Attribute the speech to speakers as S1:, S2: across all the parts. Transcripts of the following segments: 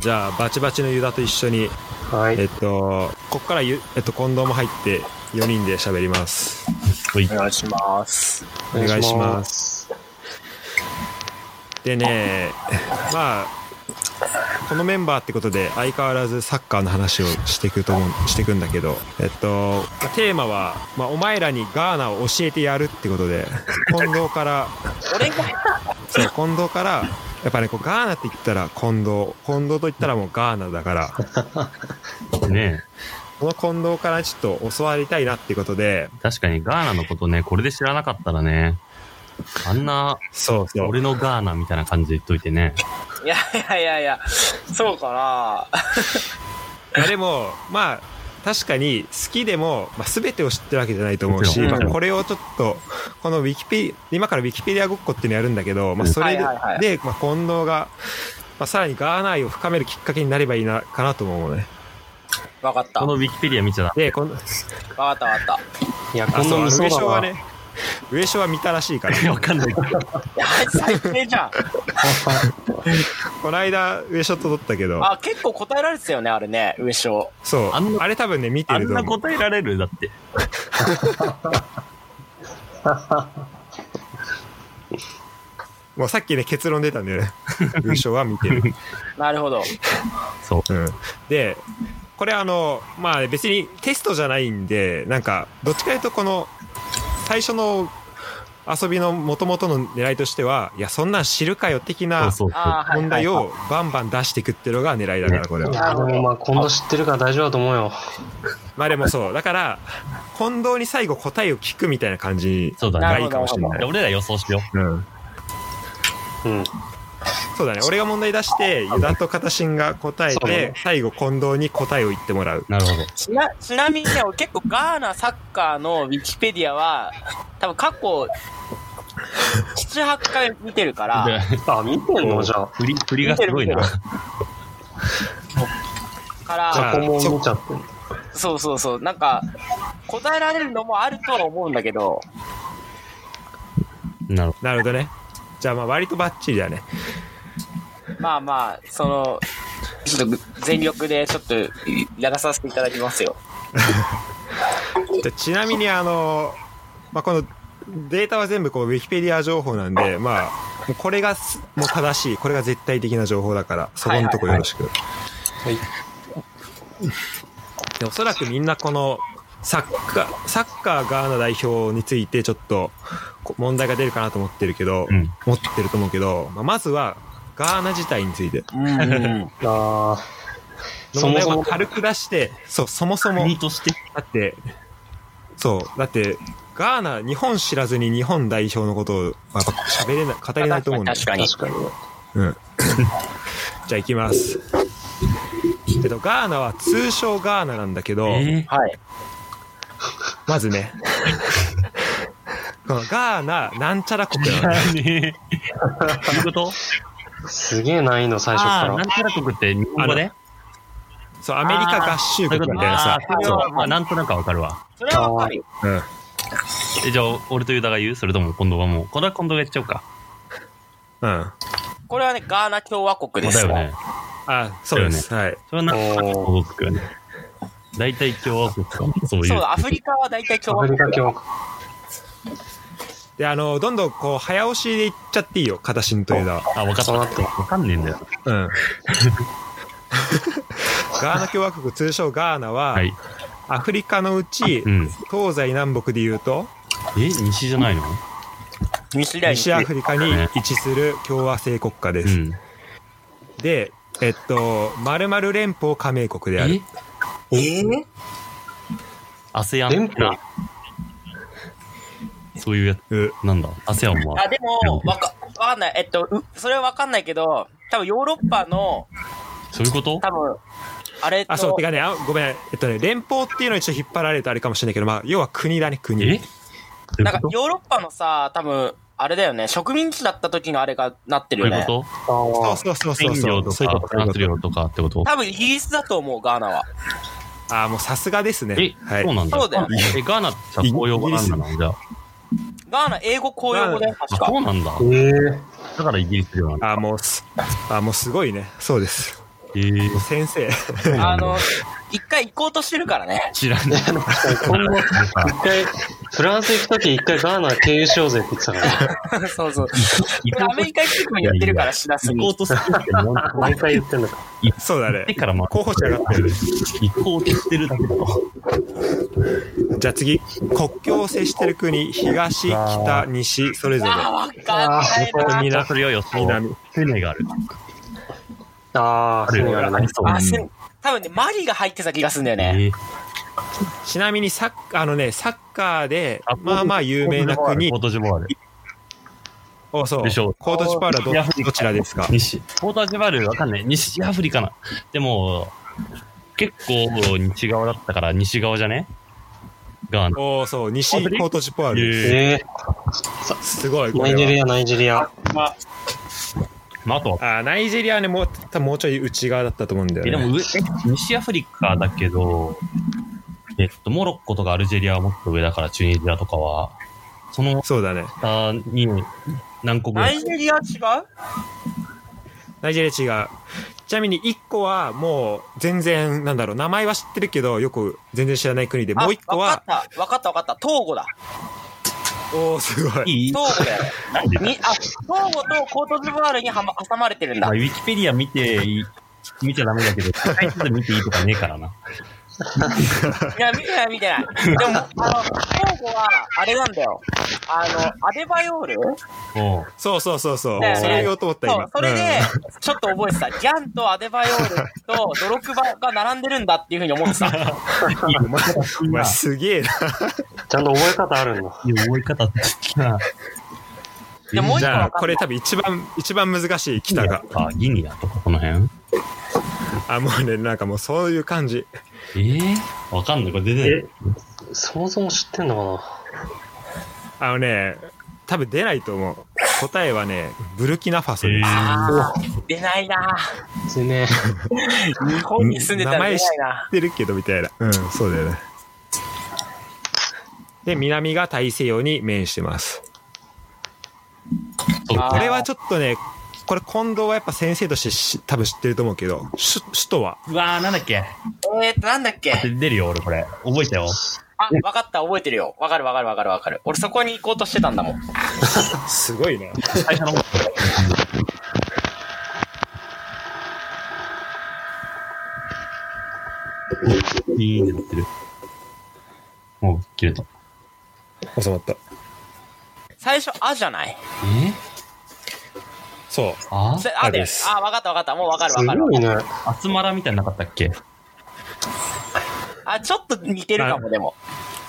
S1: じゃあバチバチのユダと一緒に、
S2: はい。
S1: えっとここからゆ、えっと、近藤も入って4人で喋ります
S3: はい
S4: お。願いします。
S1: お願いしますでねまあこのメンバーってことで相変わらずサッカーの話をしていくと思うしていくんだけどえっとテーマは、まあ、お前らにガーナを教えてやるってことで近藤から
S4: 俺が
S1: そう近藤からやっぱねこうガーナって言ったら近藤近藤と言ったらもうガーナだから
S3: ね
S1: この近藤からちょっと教わりたいなってことで
S3: 確かにガーナのことね、これで知らなかったらね、あんな、
S1: そうそう
S3: 俺のガーナみたいな感じで言っといてね。
S4: いやいやいやいや、そうかな。
S1: まあでもまあ確かに好きでも、まあ、全てを知ってるわけじゃないと思うし、
S3: もち
S1: ま
S3: ろ
S1: あ、
S3: ん
S1: これをちょっとこのウィキペ今からウィキペディアごっこっていうのやるんだけど、まあ、それで,、
S4: はいはいはい
S1: まあ、近藤が、まあ、さらにガーナ愛を深めるきっかけになればいいなかなと思うのね
S4: わかった。
S3: この
S4: わ
S3: ウィキペディア見ちゃだ。
S1: でこの
S4: かったわかった。
S2: いや、
S1: あ
S2: こん
S1: そう
S2: な
S1: あの
S2: 無
S1: 上
S2: 双
S1: 昇
S2: だ
S1: は
S2: わ。
S1: ね上昇は見たらしいから
S3: わかんないけど。
S4: いや、あいつ最低じゃん。
S1: この間、ウエショット撮ったけど、
S4: あ、結構答えられてたよね、あれね、上昇。
S1: そう、
S3: あ
S1: あ
S3: んな
S1: れ多分ね、見て
S3: あ
S1: る
S3: ん
S1: と
S3: な
S1: 思う。
S3: 答えられるだって。
S1: もうさっきね、結論出たんだよね。ウエショは見てる。
S4: なるほど。
S3: そう。
S1: うん。で、これあの、まあ別にテストじゃないんで、なんか、どっちかというとこの、最初の遊びの元々の狙いとしては、いや、そんなん知るかよ的
S3: そう
S1: な
S3: そうそう。
S4: あーはい。
S1: 問題をバンバン出していくっていうのが狙いだから、これは。
S2: あでもまあ、今度知ってるから大丈夫だと思うよ。
S1: まあでもそう、だから、近藤に最後答えを聞くみたいな感じ
S3: そうだね
S1: がいいかもしれな
S3: で
S1: い。
S3: 俺ら予想しよ
S1: うん。
S2: うん。
S1: そうだね。俺が問題出して、ユダと片新が答え
S2: そう
S1: て
S2: ね、
S1: 最後近藤に答えを言ってもらう。
S3: う。なるほ
S4: ちなちなみにね、俺結構ガーナサッカーのウィキペディアは、多分過去、7、8回見てる から、
S3: ど。
S2: あ、見てんのじゃあ。
S3: 振り、振りがすごいな
S4: 見。か
S2: じ
S4: ら、
S2: ゃあ、こも見ちゃってる。
S4: そうそうそう、なんか、答えられるのもあるとは思うんだけど、
S3: なるほ
S1: なるほどね。じゃあまあ割とバッチリだね。
S4: まあまあ、その、ちょっと全力でちょっとやらさせていただきますよ。
S1: じゃあちなみにあの、まあこのデータは全部こうウィキペディア情報なんで、まあ、もうこれがすもう正しい、これが絶対的な情報だから、そこのとこよろしく。
S2: はい。
S1: でおそらくみんなこのサッカー、サッカーガーナ代表についてちょっとこう問題が出るかなと思ってるけど、
S3: ど。うん。
S1: 持ってると思うけど、まあ、まずはガーナ自体について。
S4: うん、うん。
S2: あーそ
S1: そも
S2: も
S1: そ
S2: そ
S1: も
S2: も、
S1: 軽く出して、そう、そもそも、
S3: 国として。
S1: だって、そう、だって、ガーナ、日本知らずに日本代表のことを、まあ、やっぱ喋れない、語れないと思うんだよ。
S4: 確かに。
S2: 確かにね。
S1: うん。じゃあ行きます。えっと、ガーナは通称ガーナなんだけど、
S3: え
S4: はい。
S1: まず ね、このガーナなんちゃら国なの
S3: ー、ねえ。どういうこと
S2: すげえ難易度最初
S3: あー、
S2: か
S3: なんちゃら国って日本語で
S1: そう、アメリカ合衆
S3: そうい
S1: 国
S3: うこと
S1: みたいな
S3: あ
S1: さ
S3: あ、、それは、まあ、なんとなくわかるわ。
S4: それはわかるよ。
S1: うん。
S3: え、じゃあ、俺とユダが言うそれとも今度はもう、これは今度がやっちゃおうか。
S1: うん。
S4: これはね、ガーナ共和国で
S3: だ
S4: す。
S3: よね。
S1: あ、そうです。はい。
S3: それはなん
S2: ら。
S3: となく
S2: おー
S3: 想像つくよね。大体共和国かも、そういう。
S4: そうだ、アフリカは大体共
S2: ア
S4: 和
S2: フ
S4: 国
S2: リ。カ共和国。
S1: で、あの、どんどんこう、早押しでいっちゃっていいよ、片新というのは。
S3: あ、わかった。
S2: そうな
S3: わ
S2: ってる
S3: かんねえんだよ。
S1: うん。ガーナ共和国、通称ガーナは、
S3: はい。
S1: アフリカのうち、
S3: うん。
S1: 東西南北で言うと、
S3: え、西じゃないの
S4: 西だよ
S1: 西アフリカに位置する共和制国家で
S3: う
S1: す。
S3: ん。
S1: で、えっと、〇〇連邦加盟国であ
S3: え
S1: る。
S4: えー
S3: アセアン
S2: 連邦
S3: そういうや
S1: う
S3: つ、なんだ。アセアン
S4: あ、
S3: は。
S4: でも、わか、わかんない。えっと、うそれはわかんないけど、多分ヨーロッパの、
S3: そういうこと
S4: 多分、あれの
S1: あ、そう、てかね、あごめん、えっとね、連邦っていうのにちょっと引っ張られるとあれかもしれないけど、まあ、要は国だね、国。
S3: え
S4: なんか
S3: どういうこ
S4: ヨーロッパのさ、多分、あれだよね、植民地だった時のあれがなって
S3: と
S4: る
S3: どう
S4: よ
S3: いう
S4: ね。
S3: こと
S2: あ
S1: そう
S2: あ。
S1: そうそう
S3: スペイ
S1: そう
S3: ン
S1: そ
S3: 領
S1: う。
S3: と
S1: そういう
S3: か
S1: こ、とそ
S3: フ
S1: うい
S3: ラ
S1: う
S3: ン
S1: こ
S3: ス
S1: と
S3: 領とかってこと
S4: 多分イギリスだと思う、ガーナは。
S1: あー、もうさすがです
S3: え
S1: ね。は、
S3: そう
S1: い。
S3: なんだ。
S4: そうだよ
S3: え、ガーナってさ、公用語なんだな、じゃあ。
S4: ガーナ、英語公用語だよ、確
S3: あ、
S4: か
S3: そ。うなんだ。
S2: ええ。
S3: だからイギリス領なんだ。
S1: あー、もうす、あー、もうすごいね。そうです。
S3: えー
S1: 先生
S4: あの、 一回行こうとしてるから ね。
S3: 知らない。
S2: こんな、一
S3: なんか、
S2: 回、フランス行くとき一回ガーナ経由しようぜって言ってたから、
S4: そうそう。
S3: 行こ
S4: アメリカ行く時も言ってるから、しらす
S3: う行こ
S4: に。
S3: うとしてるけど、なんか
S2: 毎回言ってんのか。
S1: そうだね
S3: 手から回
S1: 候補者上がってる
S3: 行こうとしてるだけだと。
S1: じゃあ次国境を接してる国東北西それぞれ
S4: ああ、わかんないな。
S1: 南
S3: じゃあそれを予想。
S1: 南
S3: セネガル。
S2: あー、セネガル
S3: あ
S2: ね
S3: り。そう
S4: あ、
S3: ね
S4: せん、多分ね、マリが入ってた気がするんだよ
S3: え
S4: ね。
S3: ー
S1: ちなみにサッカーあのねサッカーでまあまあ有名な国
S3: コートジボワール。
S1: おそう
S3: でしょう
S1: コートジパールはどどちらですか
S3: 西。コートジボワールわかんない。西アフリカな。でも、結構西側だったから西側じゃねガーナ。
S1: おおそう西コートジパール
S3: えー
S2: え
S1: すごい
S2: ー、
S1: こ
S2: ナ
S1: れ
S2: イジェ
S1: は
S2: リア、ナイジェリア。
S3: まあ、あとは、
S1: あーナイジェリアはねもう多分もうちょい内側だったと思うんだ
S3: えで
S1: よ
S3: も
S1: ね
S3: 上、え西アフリカだけど、えっと、モロッコとかアルジェリアはもっと上だから、チュニジアとかは、その
S1: そうだね
S3: 下に何個ぐ
S4: ナ
S3: ら
S4: イ
S3: い
S4: ジェリア違う
S1: ナイジェリア違う。ちなみに1個はもう全然なんだろう名前は知ってるけどよく全然知らない国で
S4: あ
S1: もう1個は
S4: わかった、わかった、わかった。東郷だ。
S1: おおすごい
S3: いい
S4: 東郷だよ。
S3: なんで
S4: に、あ、東郷とコートジボワールにはま挟まれてるん
S3: ま
S4: だ
S3: あウ。ィキペディア見ていい、見ちゃダメだけど、世界地図見ていいとかねえからな。
S4: いや、見てない、見てない。でも、あの、東郷は、あれなんだよ。あの、アデバヨール
S3: おう
S1: そうそうそうそう
S4: ねえ
S1: それを言おうと思った
S4: そ
S1: 今
S4: う、それで
S1: うん、
S4: ちょっと覚えてた。ギャンとアデバヨールとドロクバが並んでるんだっていうふうに思ってた。
S3: いい、思い方好き
S1: お
S3: な
S1: 前。すげえな
S2: ちゃんと覚え方あるんだ。
S3: いい思い方好きな。
S4: でもう一
S1: じ
S4: 個
S1: ゃ
S4: わ
S1: あ
S4: か
S1: こ
S4: んな
S1: れ
S4: い。
S1: 多分一番一番難しい
S3: ギ
S1: 北
S3: ニア
S1: が
S3: とか、ギニアとか、この辺
S1: あもうねなんかもうそういう感じ
S3: ええわかんない。これ出てない。
S2: そもそも知ってんのか
S1: あのね多分出ないと思う答えはねブルキナファソです、
S4: あー出ないな
S2: なついね。
S4: 日本に住んでたら
S1: 名
S4: 出な
S1: 前知
S4: い
S1: っ
S4: な
S1: てるけどみたいなうんそうだよねで南が大西洋に面してます
S3: そう
S4: あー
S1: これはちょっとねこれ近藤はやっぱ先生としてし多分知ってると思うけどし首都は
S3: うわー、なんだっけ
S4: えーっと、なんだっけ
S3: 出出るよ、俺これ。覚えたよ。
S4: あ、わかった、覚えてるよ。わかるわかるわかるわかる。俺そこに行こうとしてたんだもん。
S1: すごいね
S3: 最初の方。いいね、なってる。もう、切れた。
S1: 収まった
S4: 最初、あじゃない
S3: え
S1: そう
S3: あ
S4: それあ
S1: あ
S4: で
S1: です
S4: す。あ、わかったわかった。もうわかるわ
S2: す
S4: かるわ
S2: ごいね。
S3: あつまらみたいなのなかったっけ
S4: あ、ちょっと似てるかも、でも。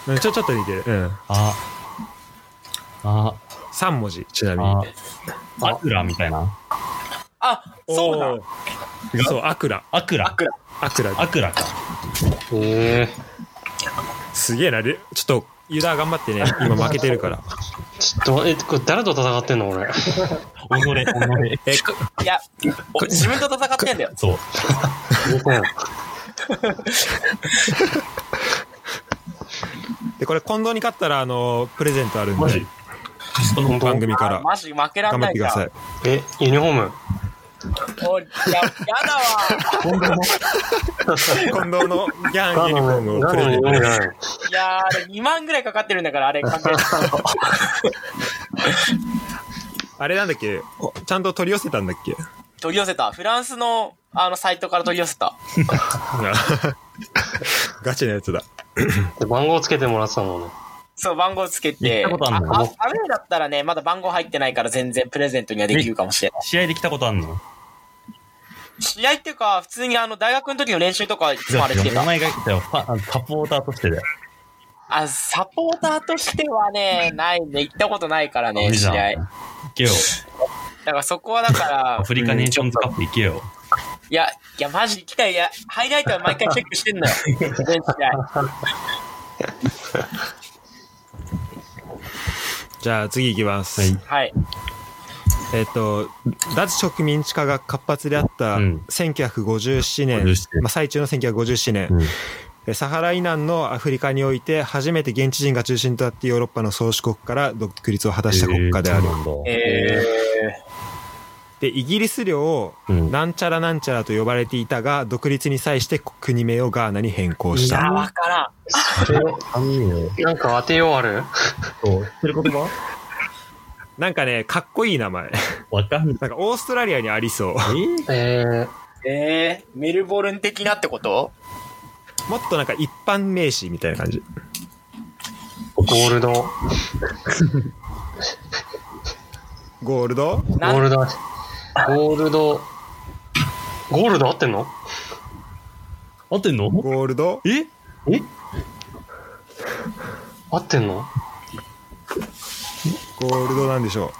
S1: うんちょちょっと似てるうん
S3: あ。あ、
S1: 3文字ちなみに
S3: あ、アクラみたいな。
S4: あ、そうだ
S1: お。ーそうアクラ
S3: アク
S4: あ
S3: ラ。
S4: くら。
S1: アクラ
S3: アクラか。
S2: え
S1: すげえなでちょっとユダ頑張ってね今負けてるから
S2: ー、ちょっと、え、これ誰と戦ってん の俺。
S3: 己、己。
S1: えか
S4: いや、お自分と戦ってんだよ。
S3: そう。
S2: 見てない
S1: でこれ近藤に勝ったらあのプレゼントあるん
S3: マ
S1: で
S3: ジこの
S1: 番組か
S4: あ
S1: ら
S4: マジ負けらん
S1: 頑張
S4: な
S1: っ
S4: い
S1: て
S4: じ
S1: ください
S4: ゃん。だ
S2: え、ユニフォーム
S4: おいや、やだわ。
S3: 今度も
S1: 近藤のギャン
S2: ガ
S1: ユニ
S2: ーナ
S1: フォームを
S2: の、ガ
S1: プ
S2: ー
S1: レゼ
S2: ナのユ
S1: ント
S2: ニフォーム
S1: で
S2: じ
S1: す
S2: ゃないの
S4: いやー、あれ2万ぐらいかかってるんだから、あれ考えたの。
S1: あれなんだっけおちゃんと取り寄せたんだっけ
S4: 取り寄せた。フランスの、あの、サイトから取り寄せた。
S1: ガチなやつだ
S2: で番号つけてもらってたのね。
S4: そう、番号つけて。
S3: 行ったことあんの
S4: あアウェイだったらね、まだ番号入ってないから全然プレゼントにはできるかもしれない。
S3: 試合できたことあんの
S4: 試合っていうか、普通にあの、大学の時の練習とかいつ
S3: じ
S4: も
S3: ゃ
S4: あ
S3: あ、
S4: れして
S3: 名
S4: た。
S3: 前が来たよ。ファサポーターとしてだよ。
S4: あ、サポーターとしてはね、ないね。行ったことないから
S3: い
S4: ね、
S3: い
S4: 試
S3: じ
S4: 合。
S3: ゃん
S4: だ
S3: 行けよ。
S4: からそこはだから
S3: ア、フリカネーションズカップ行けよ。
S4: いや、いや、マジ行きたい。いや、ハイライトは毎回チェックしてんのよ。全試合。
S1: じゃあ次いきます、
S3: はい
S4: はい。
S1: えっ、と脱植民地化が活発であった
S3: うん
S1: 1957年、
S3: 57
S1: まあ、最中の1957年、
S3: うん
S1: えサハラ以南のアフリカにおいて初めて現地人が中心となってヨーロッパの宗主国から独立を果たした国家である、
S3: えーそうなんだ
S4: え
S1: でイギリス領
S3: うん
S1: なんちゃらなんちゃらと呼ばれていたが独立に際して国名をガーナに変更し
S4: いや、
S1: た
S4: わからん。
S2: それを
S3: あんね
S2: なんか当てようある
S3: そう。する言葉
S1: なんかねかっこいい名前
S3: わかんない。
S1: なんかオーストラリアにありそう
S2: えー、
S4: えー、メルボルン的なってこと
S1: もっとなんか一般名詞みたいな感じ
S2: ゴールド、ゴ
S1: ゴールド
S4: なん
S2: ールド、ゴールド、ゴールド合ってんの
S3: 合ってんの
S1: ゴールド
S3: え
S2: 合ってんの
S1: ゴールドなんでしょ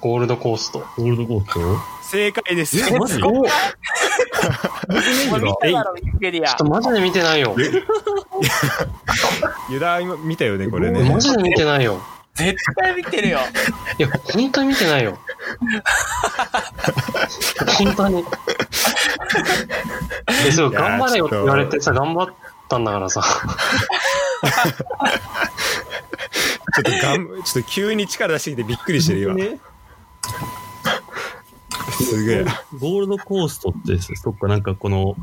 S2: ゴールドコースト。
S3: ゴールドコースト
S1: う正解です
S3: えマジ
S1: ゴー
S4: もう見ただろ、ウィキペディア
S2: ちょっ。とマジで見てないよ。
S1: ユダ今見たよねこれね
S2: マジで見てないよ。
S4: 絶対見てるよ。
S2: いや、本当に見てないよ。本当に。え、そう、
S1: いやー
S2: 頑張れよって言われてさ、頑張ったんだからさ。
S1: ちょっとがんちょっと急に力出してきてびっくりしてる今
S3: ね
S1: すげえ
S3: ゴールドコーストって、そっか、なんかこの、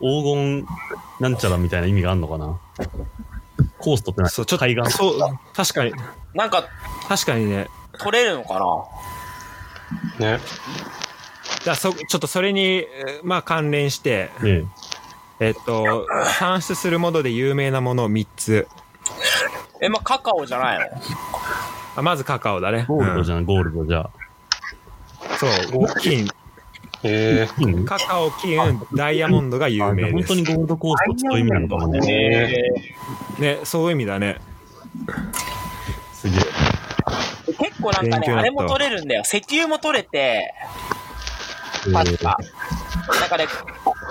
S3: 黄金なんちゃらみたいな意味があんのかなコーストってな
S1: そうちょっと
S3: 海岸
S1: そう確かに
S4: なんか、
S1: 確かにね
S4: 取れるのかな
S2: ね。
S1: じゃあそちょっとそれにえーまあ関連して
S3: ね
S1: えっと産出するもので有名なものを3つ
S4: え、まあ、カカオじゃないの
S1: あまずカカオだね
S3: ゴールドじ
S1: ゃ、
S3: ゃん、ゴールドじゃ。
S1: うんそう金
S2: え
S3: うん
S1: カカオ金ダイヤモンドが有
S3: あ
S1: 名
S3: じ
S1: で
S3: ゃあ
S1: す
S3: 本当にゴールドコーストってそういう意味なのかも
S2: ー、
S3: ね。
S2: え
S1: ねそういう意味だね
S3: すげえ。
S4: 結構なん
S1: 勉強にな
S4: かね、
S1: ったわ
S4: あれも取れるんだよ。石油も取れて、パッカ。なんかね、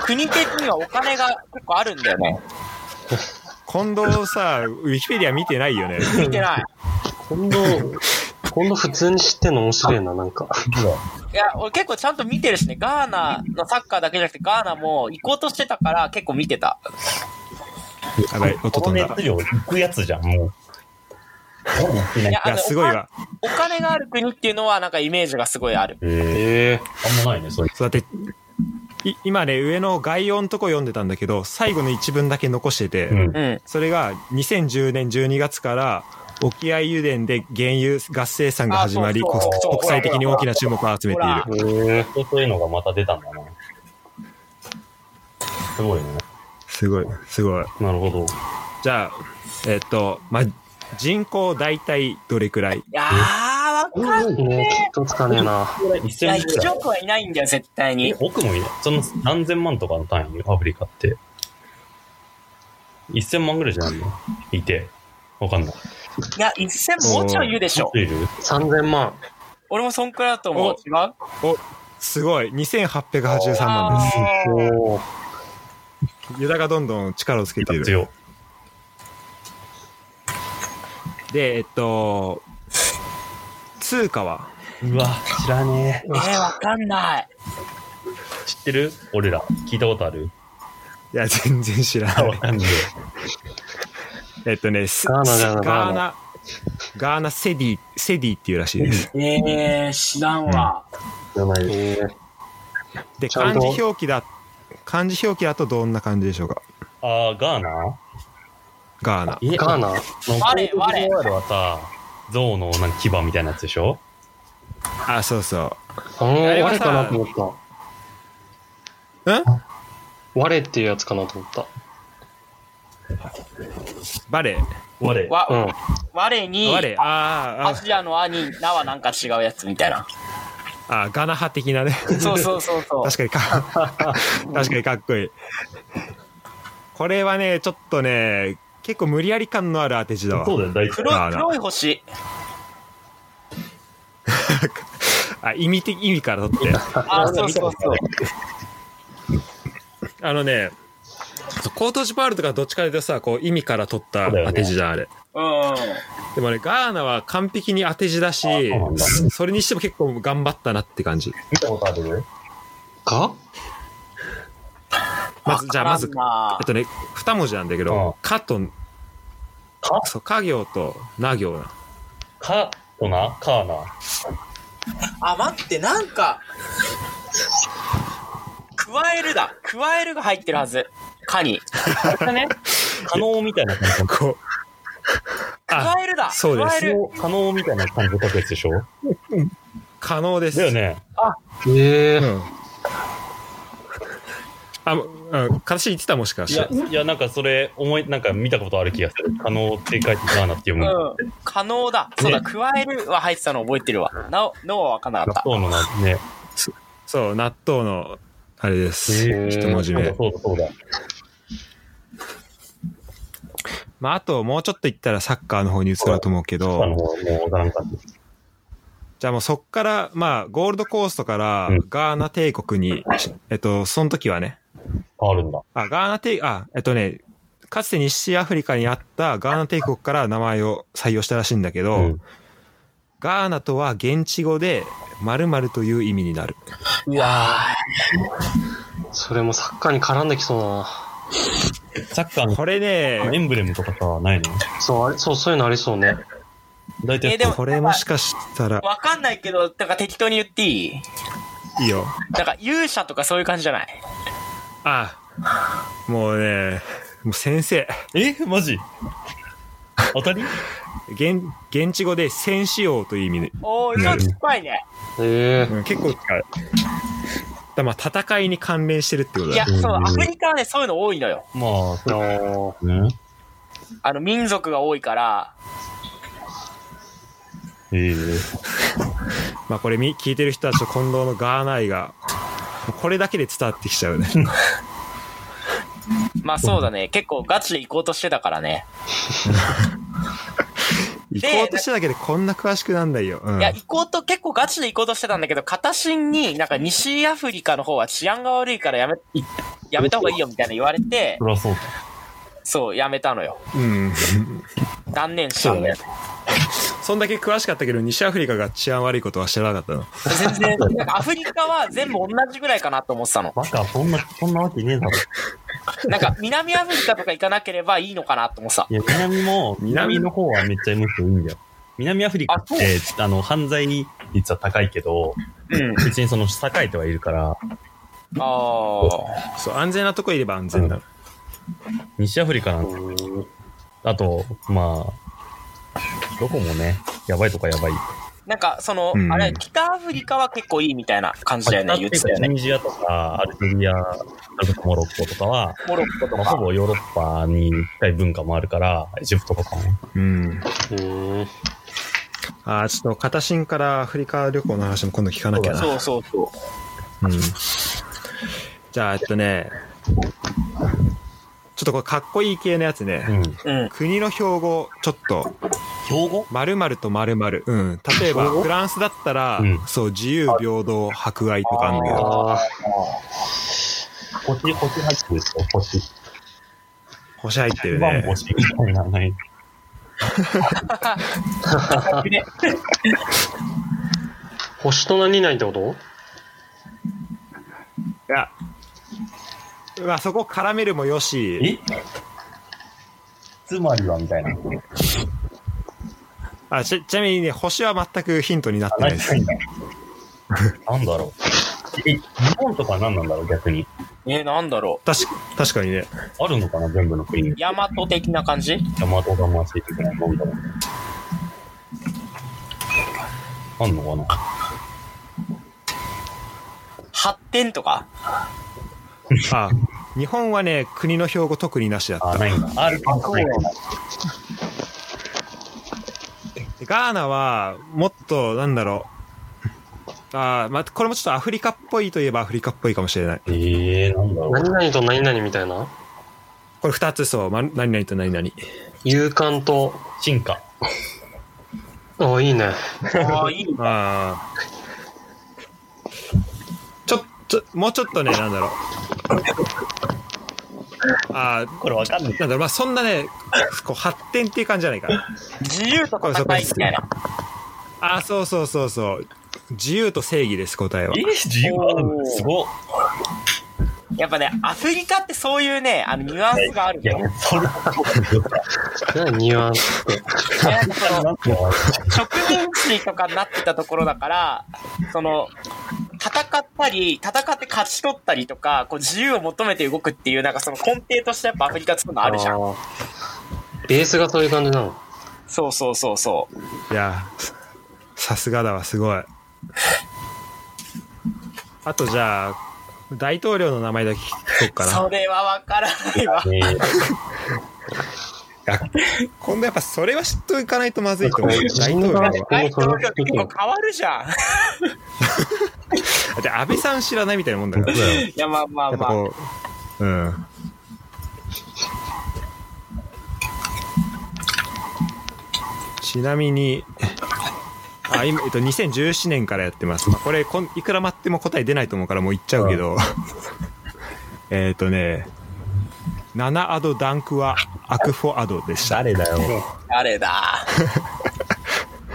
S4: 国的にはお金が結構あるんだよね。
S1: 近藤さウィキペディア見てないよね
S4: 見てない。
S2: ー、今度、今度普通に知ってんの面白いな、なんか。
S4: いや、俺結構ちゃんと見てるしね、ガーナのサッカーだけじゃなくて、ガーナも行こうとしてたから結構見てた。
S1: やばい音
S3: こ
S1: 飛
S3: の
S1: ん
S3: 熱
S1: だ
S3: 量行くやつじゃん、もう。何言ってないい
S4: や
S1: いやすごいわ
S4: お金がある国っていうのはなんかイメージがすごいある。
S3: え
S2: え
S3: ー、あんまないね、そういう。
S1: そうだってい今ね上の概要のとこ読んでたんだけど最後の一文だけ残してて、
S3: うん
S4: う。ん。
S1: それが2010年12月から沖合油田で原油ガス生産が始まり
S4: あそう
S1: 国
S4: そうそう
S1: 国際的に大きな注目を集めている
S4: ほ
S2: ー、えー、
S3: そういうのがまた出たんだな。すごいね。
S1: すごいすごい
S3: なるほど。
S1: じゃあえっとまあ人口大体どれくらい
S4: いやー、わかん
S2: ねきっとつかねえな。
S3: 1000
S4: ない。
S3: 万ぐら
S4: 1
S3: い。
S4: 億はいないんだよ、絶対に。
S3: 奥もいない。その何千万とかの単位よアフリカって。1000万ぐらいじゃないのいて。わかんない。
S4: いや、1000もうちょいいるでしょ。
S3: いる
S2: 3000万。
S4: 俺もそんくらいだと思う。違う
S1: すごい2883万で
S2: おー。
S1: すユダがどんどん力をつけている
S3: 強。
S1: でえっと通貨は
S3: うわ、知らね
S4: えー、わかんない。
S3: え。知ってる俺ら。聞いたことある
S1: いや全然知ら
S3: あ、
S1: な
S3: わ
S1: い
S3: かんね
S1: えっとねす
S2: ガーナ
S1: す
S2: じゃない
S1: ガーナガーナセディセディっていうらしいです
S4: えー、知らんわ。
S3: え。名前。
S2: えー、
S1: で
S2: ちゃ
S1: 漢
S2: んと
S1: 字表記だ漢字表記だとどんな感じでしょうか
S3: あー、ガーナ
S1: ガーナ
S3: え
S2: ガーナ
S4: 我我
S3: 我はさ、象のなんか牙みたいなやつでしょ
S1: あそうそ
S2: あの
S1: やりま
S2: 我
S1: した
S2: かなと思った。
S1: ううん
S2: 我っていうやつかなと思った。
S1: バレ
S3: 我。
S4: わ、
S2: うん。
S4: 我
S1: ー
S4: に、
S1: バレーあ
S4: ア
S1: ー
S4: ジアのアに、名はなんか違うやつみたいな。
S1: ああーガナ派的なね
S4: そうそうそうそう。
S1: 確かにか 確かにかっこいいこれはねちょっとね結構無理やり感のある当て字だわ
S3: そうだよ、大体。
S4: 黒
S1: ガー
S4: い
S1: ナ
S4: 黒い星。
S1: あ意味的意味から取って
S4: あ、そうそうそう。
S1: あのねそうコートジボワールとかどっちかというとさこう意味から取った当て字じゃんあれ
S4: うん。
S1: でもねガーナは完璧に当て字だし
S3: そうなんだ
S1: そそれにしても結構頑張ったなって感じ
S3: 見たことある
S2: か
S1: まずじゃあまず
S4: わ
S1: えっとね、二文字なんだけ
S3: うん
S1: ど、かと、
S3: か
S1: そう、か行とな行な。
S3: かとな、か
S4: か
S3: ーな。
S4: んないあ、待って、なんか、加えるだ。加えるが入ってるはず。カに。
S3: これね、可能みたいな感じ。
S1: こう
S4: 加
S1: あ
S4: えるだ。
S1: そうです
S4: 加える。
S3: 可能みたいな感じ書くやつでしょ
S1: 可能です
S3: だよね。
S2: ええ
S1: うんあ、もうん、形言ってたもしか
S3: い
S1: し
S3: や
S1: て、。
S3: いや、なんかそれ、思い、なんか見たことある気がする。可能って書いてガーナって読む。
S4: うん。可能だ。そうだ、
S3: ね
S4: 加えるは入ってたの覚えてるわ。なお、脳は分かんなかっ
S3: 納
S4: た。
S3: 豆のなね。
S1: そう、納豆の、あれです。
S2: へー
S1: 一文字
S3: そう
S1: 目
S3: だ。そうだそうだ。
S1: まあ、あと、もうちょっと言ったらサッカーの方に移ると思うけ
S3: あの、
S1: ど、
S3: もうわからんかった。
S1: じゃあもうそっから、まあ、ゴールドコーストから
S3: うん
S1: ガーナ帝国に、えっと、その時はね、
S3: 変わるんだ。
S1: あ、ガーナ帝、あ、えっとね、かつて西アフリカにあったガーナ帝国から名前を採用したらしいんだけど、
S3: うん
S1: ガーナとは現地語で〇〇という意味になる。
S4: うわ
S2: それもサッカーに絡んできそうだな。
S3: サッカーの
S1: これね、
S3: エンブレムとかさ、ないの
S2: そう、あれそう、そういうのありそうね。
S3: 大体、
S4: えでも
S1: これもしかしたら
S4: ー、わかんないけど、なんか適当に言っていい
S1: いいよ。
S4: なんか勇者とかそういう感じじゃない
S1: あ、もうね、もう先生。
S3: えマジ当たり
S1: 現、現地語で戦士王という意味で。
S4: おー、嘘つっぱいね。
S2: ええ
S1: うん結構近い。だまあ戦いに関連してるってこと
S4: い
S1: だ
S4: や、
S1: ね。
S4: そう、アフリカはね、そういうの多いのよ。
S3: まあ、そ
S2: ああ
S3: うね。
S4: あの、民族が多いから、
S3: ええ
S1: まあこれみ聞いてる人たちと近藤のガーナ愛が、もうこれだけで伝わってきちゃうね。
S4: まあそうだね、結構ガチで行こうとしてたからね。
S1: 行こうとしてたけどこんな詳しくなんないよ。うん
S4: いや、行こうと、結構ガチで行こうとしてたんだけど、片心になんか西アフリカの方は治安が悪いからやめ、いやめた方がいいよみたいな言われて
S3: そ、りゃそうだ。
S4: そう、やめたのよ。
S1: うん。
S4: 断念したんだよ。
S1: そんだけ詳しかったけど、西アフリカが治安悪いことは知らなかったの。
S4: 全然、なんかアフリカは全部同じぐらいかなと思ってたの。
S3: バカ、そんな、そんなわけねえだろ。
S4: なんか南アフリカとか行かなければいいのかなと思ってた
S3: い。や、南も、
S1: 南
S3: 南の方はめっちゃむしろいいんだよ。南アフリカって、あの、犯罪率は高いけど、
S4: うん。
S3: 別にその、栄えてはいるから、
S4: ああ。
S1: そう、安全なとこいれば安全なの。
S3: 西アフリカなんて、あと、まあ、どこもね、やばいとかやばい。
S4: なんか、その、
S1: うん
S4: あれ、北アフリカは結構いいみたいな感じだよね、言ってたよ
S3: チュ
S4: ね。
S3: ニジアとか、アルジェリア、それこそモロッコとかは、
S4: モロッコと
S3: まあ、
S4: か。
S3: ほぼヨーロッパに近い文化もあるから、エジプトとかも。
S1: うん。
S2: うん。
S1: あーちょっと、片心からアフリカ旅行の話も今度聞かなきゃな。
S4: そうそうそう。
S1: うん。じゃあ、えっとね、ちょっとこれかっこいい系のやつね。
S3: うん。
S4: うん。
S1: 国の標語をちょっと、
S3: 標語
S1: 〇〇と〇〇。うん。例えば、フランスだったら、
S3: うん
S1: そう、自由、平等、博愛とかあるんだけど、
S2: ああ。
S3: 星、星入ってるでしょ星。
S1: 星入ってる
S3: 一番
S1: ね。
S3: 星みたいなのない。
S2: 星と何々ってこと
S1: いや、まあそこ絡めるもよし、
S3: えつまりはみたいな。
S1: あち、ちなみにね、星は全くヒントになってないです。
S3: んだ。なんだろう。え、日本とか何なんだろう、逆に。
S4: え、なんだろ
S1: 確か確かにね。
S3: あるのかな、全部の国
S4: う。。ヤマト的な感じ
S3: 大和魂的なのみたいな。あんのかな
S4: 発展とか
S1: あ、日本はね、国の標語特になしだった
S3: あ、。ないんだ。あるかもないかな。
S1: でガーナは、もっと、なんだろう。あーまあ、これもちょっとアフリカっぽいといえばアフリカっぽいかもしれない。
S3: ええー、なんだろう。
S2: 何々と何々みたいな
S1: これ二つそう、ま、何々と何々。
S2: 勇敢と、
S3: 進化。
S2: ああ、いいね。
S4: ああ、いい。
S1: ああ。ちょ、ちょ、もうちょっとね、なんだろう。ああ、
S3: これわかんない。
S1: なんだろう、まあ、そんなね、こう発展っていう感じじゃないかな。
S4: 自由と戦いみたいな。
S1: ああ、そうそうそうそう。自由と正義です、答えは
S3: え。ー、自由あるのすごっ。
S4: やっぱね、アフリカってそういうね、あの、ニュアンスがある
S3: いや
S4: の、よ。
S3: それは
S2: 何ニュアンスって。
S4: ねその
S3: なんか、
S4: 植民地とかになってたところだから、その、戦ったり、戦って勝ち取ったりとか、こう自由を求めて動くっていう、なんかその根底としてやっぱアフリカってそういうのあるじゃん。
S2: ーベースがそういう感じなの。
S4: そうそうそうそう。
S1: いやさすがだわすごいあとじゃあ大統領の名前だけ聞こっかな
S4: それはわからないわ。
S3: えー
S1: いや今度やっぱそれは知っといかないとまずいと思う大統領は
S4: 大統領って結構変わるじゃん。
S1: だって安倍さん知らないみたいなもんだからや
S4: いや、まあまあ
S1: っぱ
S4: まあ。
S1: こううんちなみにあ今、えっと、2017年からやってます、まあ、これこんいくら待っても答え出ないと思うからもう言っちゃうけど えっとね7アドダンクはアクフォアドでした
S3: 誰だよ。
S4: 誰だ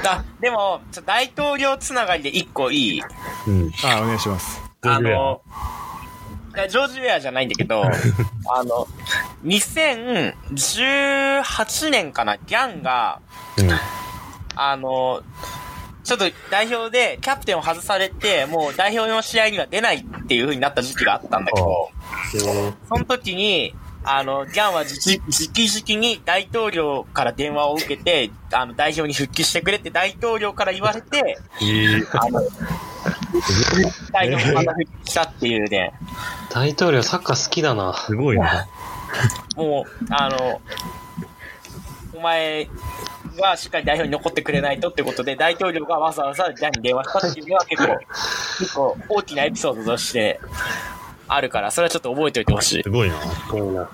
S4: だでも、ちょ大統領つながりで一個いい。
S3: うん。
S1: あお願いします
S4: あの、いやジョージ・ウェアじゃないんだけど、 あの、2018年かな、ギャンが、
S3: うん。
S4: あの、ちょっと代表でキャプテンを外されて、もう代表の試合には出ないっていう風になった時期があったんだけど、その時に、あの、ギャンはじじ直々に大統領から電話を受けて、あの、代表に復帰してくれって大統領から言われて、
S3: えー
S4: あの、代表にまた復帰したっていうね、
S2: 大統領サッカー好きだな。
S3: すごいな。
S4: もう、あの、お前がしっかり代表に残ってくれないとってことで、大統領がわざわざジャンに電話したっていうのは結構、結構大きなエピソードとしてあるから、それはちょっと覚えておいてほしい。い
S3: すごいな。
S2: すごいな。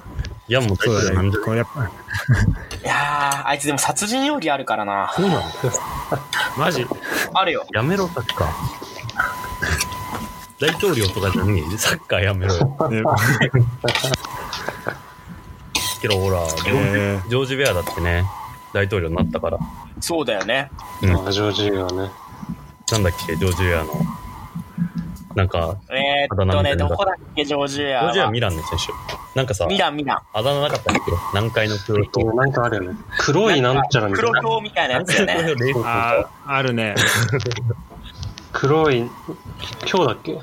S3: いや、もう、
S1: そうだね
S3: そ
S1: これやっぱ
S4: やー、あいつでも殺人容疑あるからな。
S3: うなの
S1: マジ
S4: あるよ。
S3: やめろ、サッカー。大統領とかじゃねえ。サッカーやめろ よ。
S1: ね
S3: けど、ほら、ジョージ
S1: えー
S3: ジョージ・ウェアだってね、大統領になったから。
S4: そうだよね。
S2: あジョージがね。
S3: なんだっけ、ジョージ・ウェアの。なんか、
S4: えー、っとね、どこだっけ、ジョージ
S3: ジ
S4: ア
S3: ョ
S4: は。
S3: ージ・ウェアミランの選手。なんかさ、
S4: ミラン、ミラン。
S3: あだ名なかったっけ南海の黒と。
S2: なんかあるよね。黒いなんちゃらみたい
S4: 黒
S2: な。
S4: 豹みたいなや
S3: 南
S4: つよ
S3: 海の
S4: ね。
S3: 黒と
S1: ああるね
S2: 黒い、今日だっけ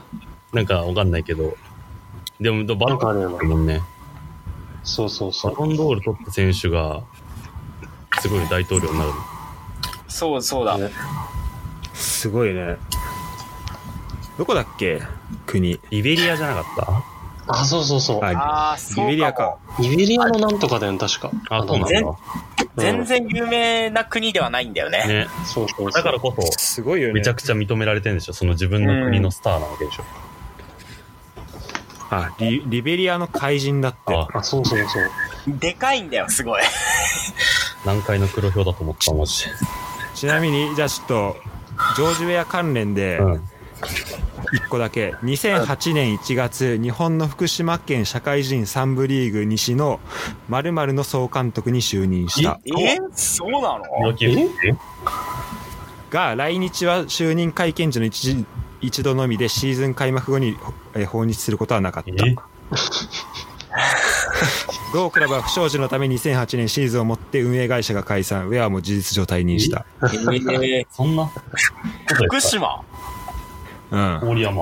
S3: なんかわかんないけど。でも、バ
S2: な
S3: ロ
S2: んかあるよね
S3: ン。もんね。
S2: そうそうそ
S3: バ
S2: う。
S3: ロンドール取った選手が、すごい大統領になる。
S4: そうそうだ。
S2: ね
S1: すごいねどこだっけ国
S3: イベリアじゃなか
S2: あ、そうそうそ
S1: あ
S2: う。
S4: あー、そうかも。
S1: リベリアか
S2: イベリアのなんとかだよね、確か。
S3: ったあ、そうなん
S4: 全
S3: だ。
S4: 全然有名な国ではないんだよね。
S3: ね。
S2: そうそうそ
S3: だ
S2: う。
S3: からこそ、
S1: すごいよね
S3: めちゃくちゃ認められてるんでしょ。その自分の国のスターなわけでしょ。
S1: あリリベリアの怪人だって
S3: あ、
S2: あ、そうそうそう。
S4: でかいんだよ、すごい。
S3: 南海の黒豹だと思った、マジで。
S1: ちなみにじゃあちょっとジョージ・ウェア関連で
S3: うん。
S1: 1個だけ、2008年1月日本の福島県社会人3部リーグ西の〇〇の総監督に就任した
S4: えそうなの
S3: 病気え
S1: が来日は就任会見時の一時一度のみでシーズン開幕後にえー訪日することはなかった
S3: え
S1: 同クラブは不祥事のため2008年シーズンをもって運営会社が解散ウェアも事実上退任した
S4: え
S3: そんな
S4: 福島
S1: うんあ
S3: 郡山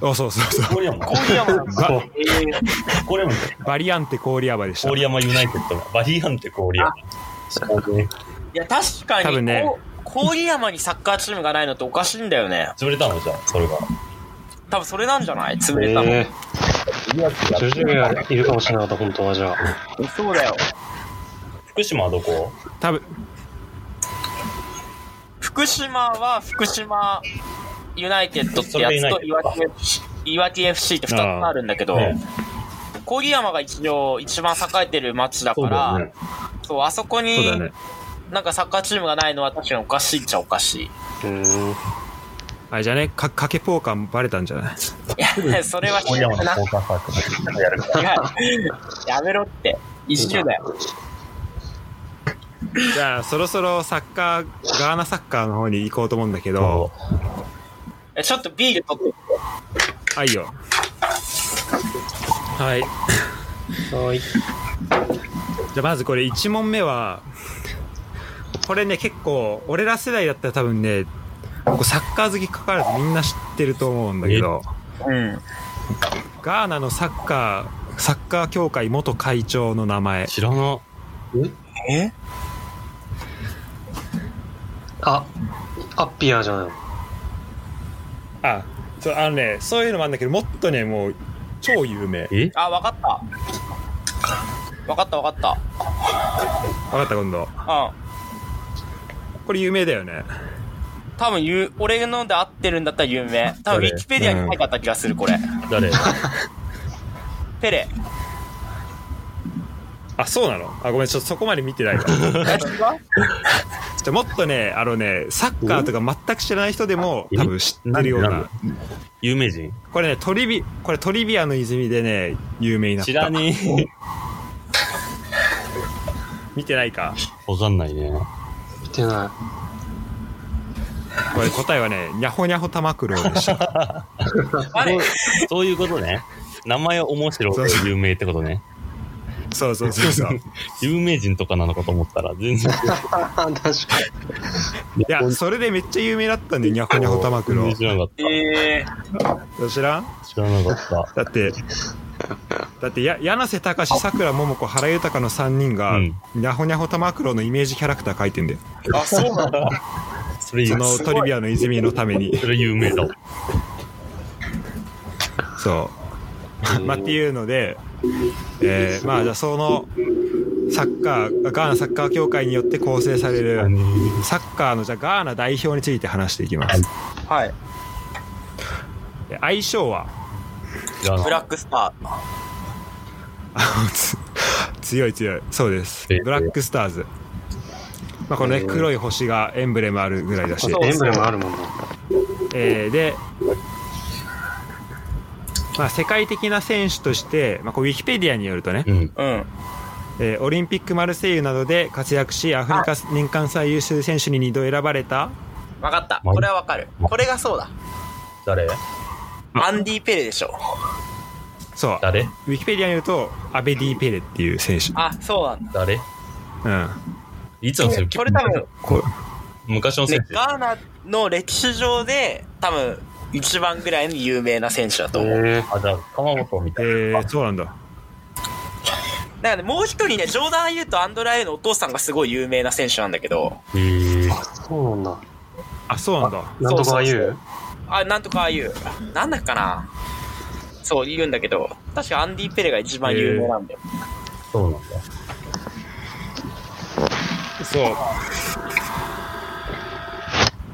S1: そうそうそう
S3: 郡山
S4: 郡山なんだ。
S1: ば
S4: えー
S3: 郡山
S1: バリアンテ郡山でした
S3: 郡山ユナイテッドバリアンテ郡山。そうね。
S4: いや、確か
S1: 多
S4: に、
S1: 分ね
S4: こう郡山にサッカーチームがないのっておかしいんだよね。
S3: 潰れたのじゃあ、それが。
S4: 多分それなんじゃない潰れたの。
S2: ええジョージがいるかもしれなかった、本当はじゃあ。
S4: そうだよ。
S3: 福島はどこ
S1: 多分
S4: 福島は福島ユナイテッドってやつと
S3: それ
S4: い
S3: ユナ
S4: わ
S3: イテッドか
S4: き FC いわき FC って2つあるんだけど、
S3: ね
S4: 郡山が一応一番栄えてる町だか
S3: そうだ
S4: ら、
S3: よ
S4: そう,、
S3: ね。
S4: あそこ
S1: そう
S4: に
S1: だね
S4: なんかサッカーチームがないのは確かにおかしいっちゃおかしい。
S2: うん。
S1: あれじゃねかかけポーカーバレたんじゃない
S4: いや、それは
S3: 郡山の
S4: な
S3: ポーカーサークルやるから。
S4: 違うやめろって。一周だよ。
S1: じゃあそろそろサッカーガーナサッカーの方に行こうと思うんだけど
S4: えちょっとビール取って。
S1: あいいよはい
S2: はい。
S1: じゃあまずこれ1問目はこれね結構俺ら世代だったら多分ねこうサッカー好きかかわらずみんな知ってると思うんだけど
S4: うん。
S1: ガーナのサッカーサッカー協会元会長の名前
S3: 知らな。
S4: え
S2: あ、アッピアじゃないの。
S1: あそうあのねそういうのもあるんだけどもっとねもう超有名分
S3: え
S4: あ、わかった。わかったわかっ
S1: かった今度
S4: た。うん。
S1: これ有名だよね
S4: 多分言う、俺ので合ってるんだったら有名。多分ウ
S3: 誰
S4: ィキペディアに書いてあった気がする、これ。
S3: 誰
S4: ペレ。
S1: あそうなのあ ごめんちょっとそこまで見てないから
S4: え違う
S1: じゃもっとねあのねサッカーとか全く知らない人でも多分知ってるよう
S3: なん
S1: な
S3: で有名人
S1: これねトリビこれトリビアの泉でね有名になった
S3: 知らねえ。
S1: 見てないか
S3: わかんないね。
S2: 見てな
S1: これ答えはね、にゃほにゃほ玉九郎でした。
S4: 誰
S3: そういうことね。名前は面白い有名ってことね。
S1: そうそうそうそう。い
S3: 有名人とかなのかと思ったら、全然。
S2: い。確か
S1: や、それでめっちゃ有名だったんで、にゃほにゃほ玉九郎
S3: 全然。知らなかっ
S4: え
S1: 知らん
S3: た。知らなかっ
S1: だって、だってや、柳瀬隆史、さくらももこ、原豊の3人が、
S3: うん
S1: にゃほにゃほ玉九郎のイメージキャラクター書いてんだよ。
S4: ー、あ、そうなんだ。
S3: た。それ、
S1: そ
S3: そ
S1: のトリビアの泉のために。
S3: れ有名だわ。
S1: そう。
S2: に。
S1: まあ、っていうので、えー、まあ、じゃあその、サッカー、ガーナサッカー協会によって構成される、サッカーの、じゃあガーナ代表について話していきます。
S4: はい。
S1: で相性は
S3: 知ら
S4: ブ
S3: な
S4: ラックスター。
S1: あのつ強い強いそうです
S3: ええ
S1: ブラックスターズ、まあ、このね黒い星がエンブレムあるぐらいだし、
S4: そう
S2: エンブレムあるもんね。
S1: えーで、まあ、世界的な選手として、まあ、こうウィキペディアによるとね、
S3: う
S4: う
S3: ん。
S4: ん。
S1: えーオリンピックマルセイユなどで活躍しアフリカ年間最優秀選手に2度選ばれた
S4: わかった。これはわかる。これがそうだ。
S3: 誰
S4: アンディ・ペレでしょ。
S1: そう
S3: 誰
S1: ウィキペディアによるとアベディ・ペレっていう選手
S4: あ、そうなんだ。
S3: 誰
S1: うん
S3: いつの選手
S4: これ多分、
S1: こ
S3: 昔の
S4: ね
S3: 選、手。
S4: ガーナの歴史上で、多分、一番ぐらいの有名な選手だと思う。
S2: え
S3: あ、じゃあ、鎌本みた
S1: え
S3: いな。
S1: ーそうなんだ
S4: だからね、もう一人ね、ジョーダン・ユーとアンドラ・ユーのお父さんがすごい有名な選手なんだけど、
S3: へー
S2: ー、そうなんだ。
S1: あそうなんだ
S2: なんとかああいう
S4: あ、なんとかああいう、なんだっけかな。そう、言うんだけど、確かアンディ・ペレが一番有名なんだよ。
S3: そうなんだ。
S1: そう。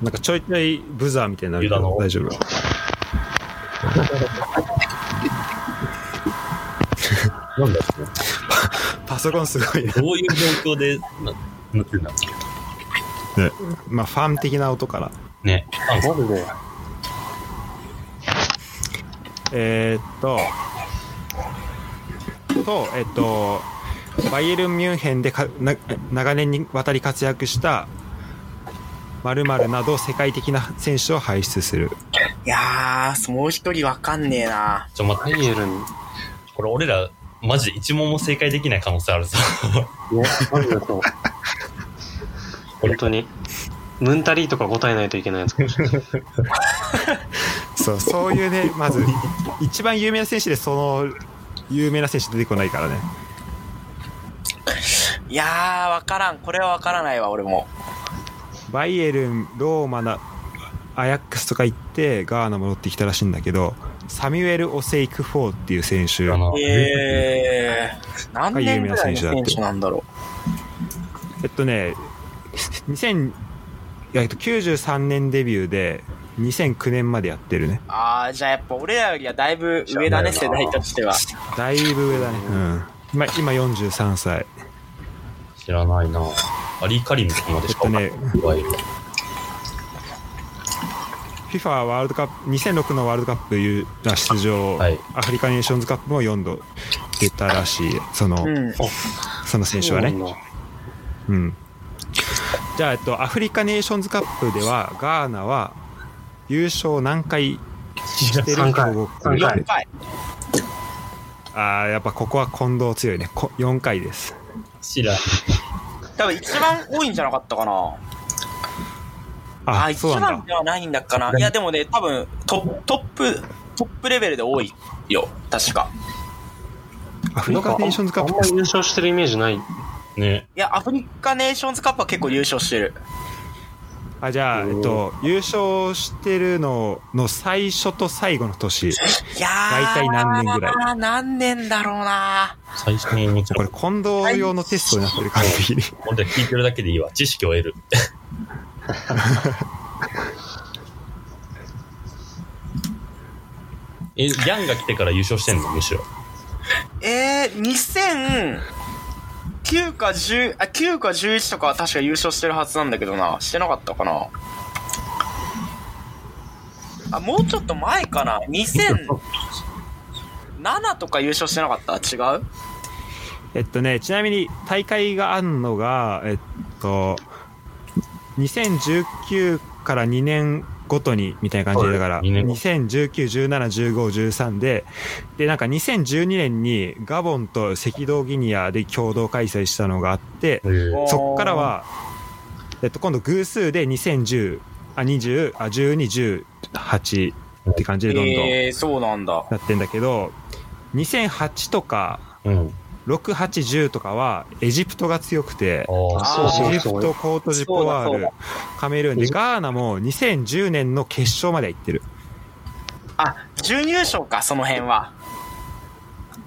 S1: なんかちょいちょいブザーみたいになるけど
S3: 油断の
S1: 大丈夫。
S3: なんだっ
S1: パソコンすごいね。
S3: けどういう状況で、な、なってんだ
S1: まあファン的な音から。
S3: ね。あ
S2: マジで。
S1: えー、っと、と、えっと、バイエルン・ミュンヘンでかな長年にわたり活躍した〇〇など世界的な選手を輩出する。
S4: いやー、もう一人わかんねえな。
S3: ちょ、待っ
S2: ア
S3: て。
S2: イエルン。ね、
S3: これ俺ら、マジで一問も正解できない可能性あるさ。
S2: マジでそう。本当に。ムンタリーとか答えないといけないやつ。
S1: そう、そういうね、まず、一番有名な選手でその有名な選手出てこないからね。
S4: いやー、わからん。これはわからないわ、俺も。
S1: バイエルンローマなアヤックスとか行ってガーナ戻ってきたらしいんだけどサミュエル・オセイク・フォーっていう選手
S3: あの、
S4: えー、何年ぐらいの選手なんだろ
S1: えっとね2000いやえっと93年デビューで2009年までやってるね
S4: う。あー、じゃあやっぱ俺らよりはだいぶ上だね、世代としては。
S1: だいぶ上だねうん今今43歳
S3: 知らないなアリカリムとかまでしかわかんない。
S1: えっとね
S3: いわゆる
S1: FIFA ワールドカップ2006のワールドカップ優あ出場、
S3: はい
S1: アフリカネーションズカップも4度出たらしいその、
S4: うん。
S1: その選手はね
S2: そうなんだ
S1: うん、じゃあ、えっと、アフリカネーションズカップではガーナは優勝何回してる
S2: 三回
S1: 強豪
S2: 三
S1: 国
S2: 回
S4: 4回。
S1: ああやっぱここは近藤強いねこ4回です
S3: 知らん。
S4: 多分一番多いんじゃなかったかな。
S1: あ
S4: あ、一
S1: そうなん
S4: 番
S1: だ
S4: ではないんだっかな。いや、でもね、多分、トトップ、トップレベルで多いよ。確か。
S1: アフリカネーションズカッ
S2: あん
S1: プ
S2: まり優勝してるイメージない。
S3: ね。
S4: いや、アフリカネーションズカップは結構優勝してる。
S1: あじゃあ、えっと、優勝してるのの最初と最後の年
S4: いやー。
S1: 大体何年ぐらい
S4: い何年だろうな。
S3: 最初にもち
S1: こ
S3: ろん
S1: れ、近藤用のテストになってる完璧に
S3: 本当に聞いてるだけでいいわ。知識を得る。 え、ギャンが来てから優勝してんのむしろ。
S4: えー、2009か10、あ、9か11とかは確か優勝してるはずなんだけどな。してなかったかな。あ、もうちょっと前かな。2007とか優勝してなかった違う
S1: えっとねちなみに大会があるのがえっと2019から2年ごとにみたいな感じ
S3: は
S1: でだ
S3: い
S1: から
S3: 二年ごと
S1: 2019171513ででなんか2012年にガボンと赤道ギニアで共同開催したのがあって
S4: お
S1: そっからは、えっと、今度偶数で2010あ20あ1218って感じでどんどん
S4: えー、そうなんだ。
S1: なってんだけど2008とか
S3: うん。
S1: 6810とかはエジプトが強くて
S3: ああ、
S4: あー
S1: エジプト、コートジボワ
S4: そ
S1: ー
S4: うだそう
S1: ル
S4: だ
S1: カメルーンでガーナも2010年の決勝まで行ってる
S4: あ、準優勝か、その辺は。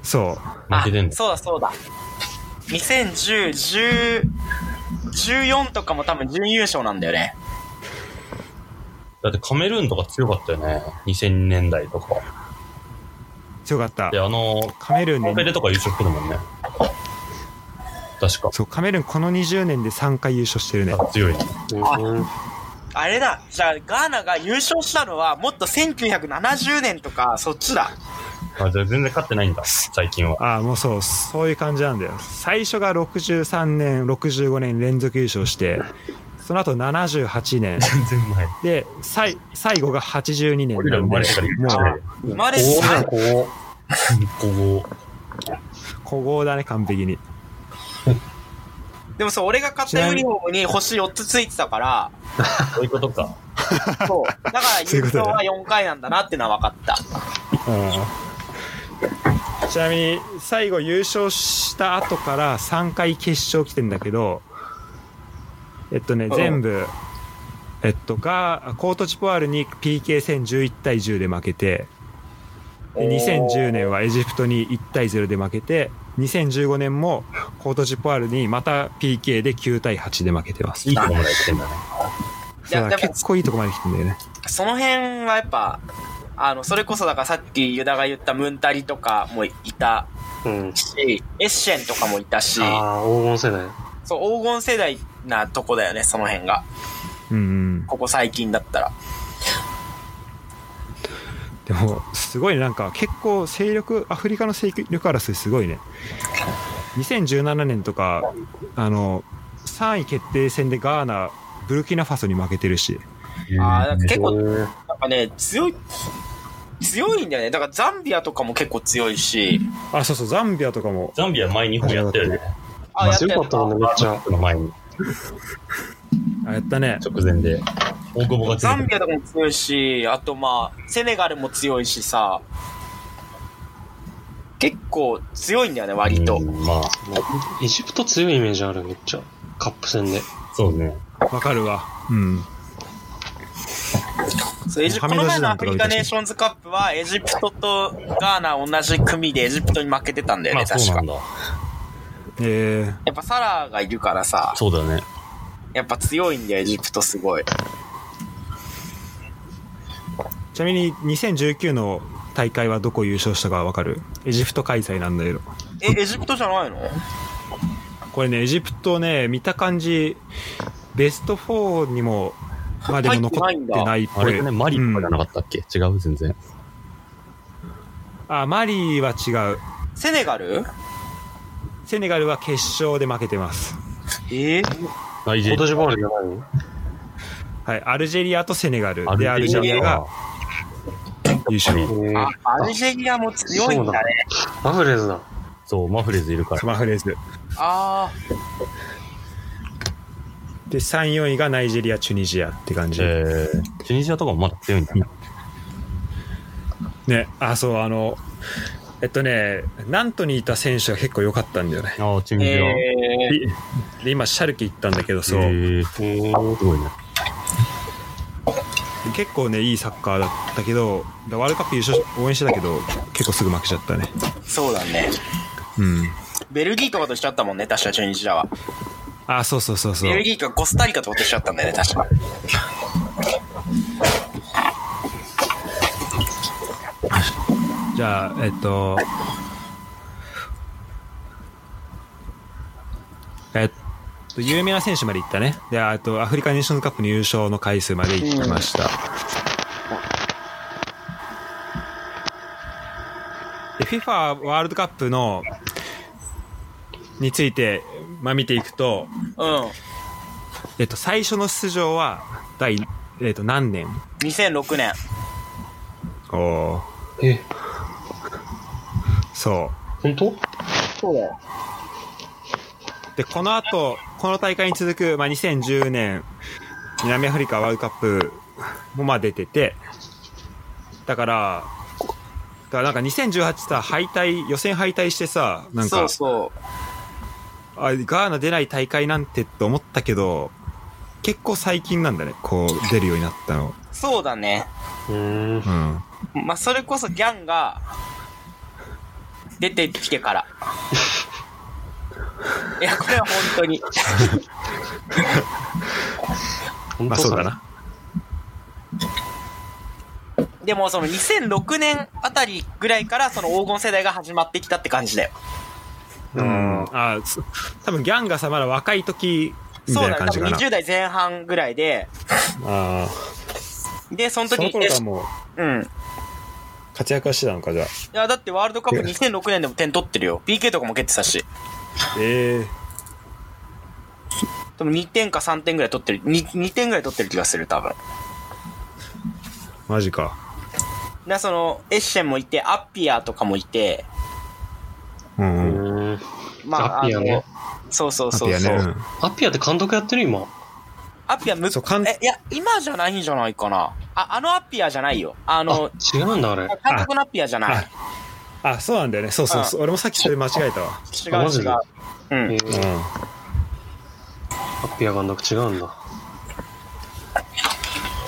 S1: そ
S3: 負けてん
S4: あ
S3: だ。
S4: そうだそうだ。2010、14とかも多分準優勝なんだよね。
S3: だってカメルーンとか強かったよね。2000年代とか。
S1: う強かった
S3: で、あのー、
S1: カメルー
S3: カ
S1: ン
S3: ペ
S1: で
S3: レとか優勝してるもんね。確か。
S1: そうカメルーンこの20年で3回優勝してるね
S3: あ強いね。
S2: うん
S4: あれだ、じゃあガーナが優勝したのはもっと1970年とかそっちだ。
S3: あ、じゃあ全然勝ってないんだ。最近は。
S1: ああもうそうそういう感じなんだよ最初が63年65年連続優勝してその後78年
S3: 全然ない。
S1: で最最後が82年なん
S3: 俺ら
S1: で
S3: 生まれてから
S1: もう
S4: 生まれて
S2: こうこ
S3: こ
S1: 古豪だね完璧に
S4: でもそう、俺が買ったユニフォームに星4つついてた から、
S3: う、そういうことか。
S4: そう。だから
S1: そうい
S4: 優
S1: うこと
S4: 勝
S1: ね
S4: は4回なんだなってのは分かった。
S1: ちなみに最後優勝した後から3回決勝来てんだけどえっとね
S4: ん
S1: 全部えっとがコートチポワールに PK 戦11対10で負けてで
S4: おー
S1: 2010年はエジプトに1対0で負けて2015年もコートチポワールにまた PK で9対8で負けてます
S3: いいとこまで来てんだね。
S4: いや
S1: そうだから結構いいとこまで来てんだよね
S4: その辺はやっぱ、あの、それこそだからさっきユダが言ったムンタリとかもいた
S2: う。うん。
S4: し、エッシェンとかもいたし、
S2: ああ、黄金世代。
S4: そう、黄金世代なとこだよね、その辺が。
S1: うんうん
S4: ここ最近だったら。
S1: でもすごいねなんか結構勢力アフリカの勢力争いすごいね2017年とかあの3位決定戦でガーナブルキナファソに負けてるし
S4: あーだから結構、
S2: うん
S4: なんかね、強い、強いんだよね。だからザンビアとかも結構強いし。
S1: あそうそうザンビアとかも
S3: ザンビア前日本やったよね。
S4: あ、やった
S2: 強
S4: や
S2: か
S4: っ
S2: った
S4: た
S2: もんね、めっちゃ。
S3: その前に、
S1: あやったね
S3: 直前で。大久保が
S4: ザ
S3: 強
S4: ン
S3: い。
S4: ビアとかも強いし、あとまあ、セネガルも強いしさ。結構強いんだよね、割と
S3: う。んまあ、
S2: エジプト強いイメージある、めっちゃ。カップ戦で。
S3: そうね。
S1: わかるわうん
S4: そうエジ
S1: ハ
S4: こ
S1: ミド
S4: の前
S1: ジ
S4: の
S1: ダ
S4: ア
S1: ンと
S4: フ
S1: か見た
S4: リカ
S1: し
S4: ネーションズカップは、エジプトとガーナ同じ組でエジプトに負けてたんだよ
S3: ま
S4: ね、
S3: あ
S4: 確
S3: そうな
S4: か
S3: ん。だ。
S1: えー、
S4: やっぱサラーがいるからさ、
S3: そうだね。
S4: やっぱ強いんだよ、エジプトすごい。
S1: ちなみに2019の大会はどこ優勝したかわかるエジプト開催なんだけど
S4: え、エジプトじゃないの
S1: これねエジプトね見た感じベスト4にもまあでも残ってないっ
S3: あ
S1: ぽい
S3: れね、マリとかじゃなかったっけ違う、全然。
S1: あマリーは違う
S4: セネガル
S1: セネガルは決勝で負けてます
S4: え
S3: ナイジェ
S2: 今
S3: リ
S2: 年ボールじゃないの
S1: はいアルジェリアとセネガル
S3: ア。
S1: でアルジェリアが優勝
S2: え
S4: あ
S2: ー、
S4: アルジェリアも強いんだね。
S2: アフレーズだ。
S3: そう、マフレーズいるから
S1: ス。マフレーズ
S4: あ
S1: で、3、4位がナイジェリア、チュニジアって感じ。
S3: えー、チュニジアとかもまだ強いんだ。
S1: ね、あ、そう、あの、えっとね、ナントにいた選手が結構良かったんだよね。
S3: ああ、チュニジア。え
S4: え
S1: でで今、シャルキ行ったんだけど、そう。
S3: ー、すごいね。
S1: 結構ね、いいサッカーだったけど、ワールドカップ優勝し応援してたけど、結構すぐ負けちゃったね。
S4: ー、そうだね。
S1: うん。
S4: ベルギーとかとしちゃったもんね、確かチュニジアは。
S1: あ、そうそうそうそう
S4: ベル。ギーかコスタリカとかとしちゃったんだよね、確か。
S1: じゃあ、えっと、えっと、有名な選手まで行ったね。で、あと、アフリカネーションズカップの優勝の回数まで行きました。で、FIFA ワールドカップの、について、まあ、見ていくと、
S4: うん。
S1: えっと、最初の出場は、第、えっと、何年
S4: 2006年。
S1: おお
S2: え、
S1: そう。
S2: 本当
S4: そうだよ。
S1: で、この後、この大会に続く、まあ、2010年、南アフリカワールドカップもまあ出てて、だから、だからなんか2018さ、敗退、予選敗退してさ、なん
S4: そ
S1: か
S4: う、そ
S1: あガーナ出ない大会なんてって思ったけど、結構最近なんだね、こう出るようになったの。
S4: う。そうだね。
S2: うーん。
S1: うん。
S4: まあ、それこそギャンが、出てきて から。いや、これは本当に。
S2: 本
S1: ま
S2: 当
S1: あそうだ。な。
S4: でも、その2006年あたりぐらいから、その黄金世代が始まってきたって感じだよ。
S1: う
S2: うん
S1: ん。あ、そ多分ギャンがさ、まだ若い時、み
S4: そ
S1: た
S4: う
S1: いな
S4: だ
S1: 感
S4: ね。多
S1: じ
S4: 分
S1: かな。
S4: 20代前半ぐらいで、
S1: ああ。
S4: で、その
S1: そ
S4: 時
S1: の
S4: に、
S1: 頃からもう
S4: えうん。い
S1: 活躍はしてたのか、じゃあ。
S4: や、だってワールドカップ2006年でも点取ってるよ。PK とかも蹴ってたし。
S1: ええ
S4: 多分2点か3点ぐらい取ってる。2, 2点ぐらい取ってる気がする、多分。
S1: マジか。
S4: な、その、エッシェンもいて、アッピアとかもいて、
S1: うんうん。
S2: うーん。
S4: まあ、
S2: アッピアね
S4: あの、そうそう
S1: あ
S4: そう
S1: と
S4: そ
S1: や
S4: う。
S1: ね。うん
S2: アピアって監督やってる今。
S4: アッピアむ
S1: そうかん
S4: え、いや、今じゃないんじゃないかな。あ、あのアッピアじゃないよ。あ
S2: あ
S4: の、、
S2: 違うんだ、あれ。
S4: 韓国のアッピアじゃない。
S1: ああ、そうなんだよね。そうそうそう。俺もさっきそれ間違えたわ。
S4: 違
S2: あ
S4: う
S2: マジ
S4: 違
S2: で
S4: う。うん。
S2: え
S1: う
S2: ー
S1: ん。
S2: アピア監督違うんだ。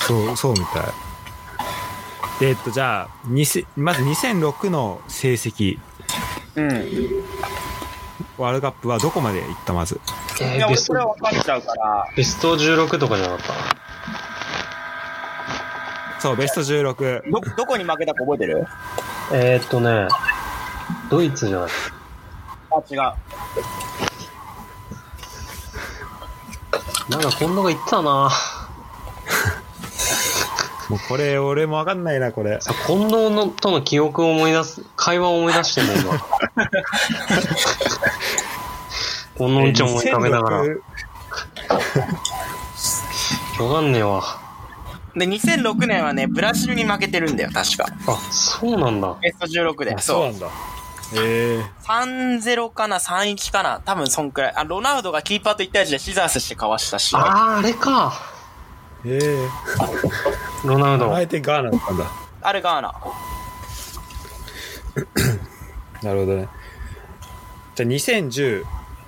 S1: そう、そうみたい。で、えっと、じゃあ、にせまず2006の成績、
S4: うん。
S1: ワールドカップはどこまで行ったまず。
S4: い
S2: え
S4: や、
S2: ー、ベ
S4: 俺
S2: ス
S4: それは
S2: ト、
S4: 分かっちゃうから。
S2: ベスト16とかじゃなかっ
S1: そう、ベスト16。
S4: ど、どこに負けたか覚えてる
S2: たえー、っとね、ドイツじゃない。
S4: あ、違う。
S2: なんか今度が言ってたな
S1: もうこれ、俺もわかんないな、これ。
S2: さ、近藤のとの記憶を思い出す、会話を思い出してんだ、 今。近藤んちを思い浮かべながら。
S1: 2006
S2: わかんねえわ。
S4: で、2006年はね、ブラジルに負けてるんだよ、確か。
S2: あ、そうなんだ。
S4: ベスト16で。
S1: あ
S4: そう
S1: そうなんだ。ええ
S4: 3-0かな、3-1かな、多分そんくらい。あ、ロナウドがキーパーと一対一でシザースしてかわしたし。あ
S2: あー、あれか。
S1: ええ
S2: ロナウド。
S1: あえてガーナだったんだ。
S4: れガーナ。
S1: なるほどね。じゃあ2010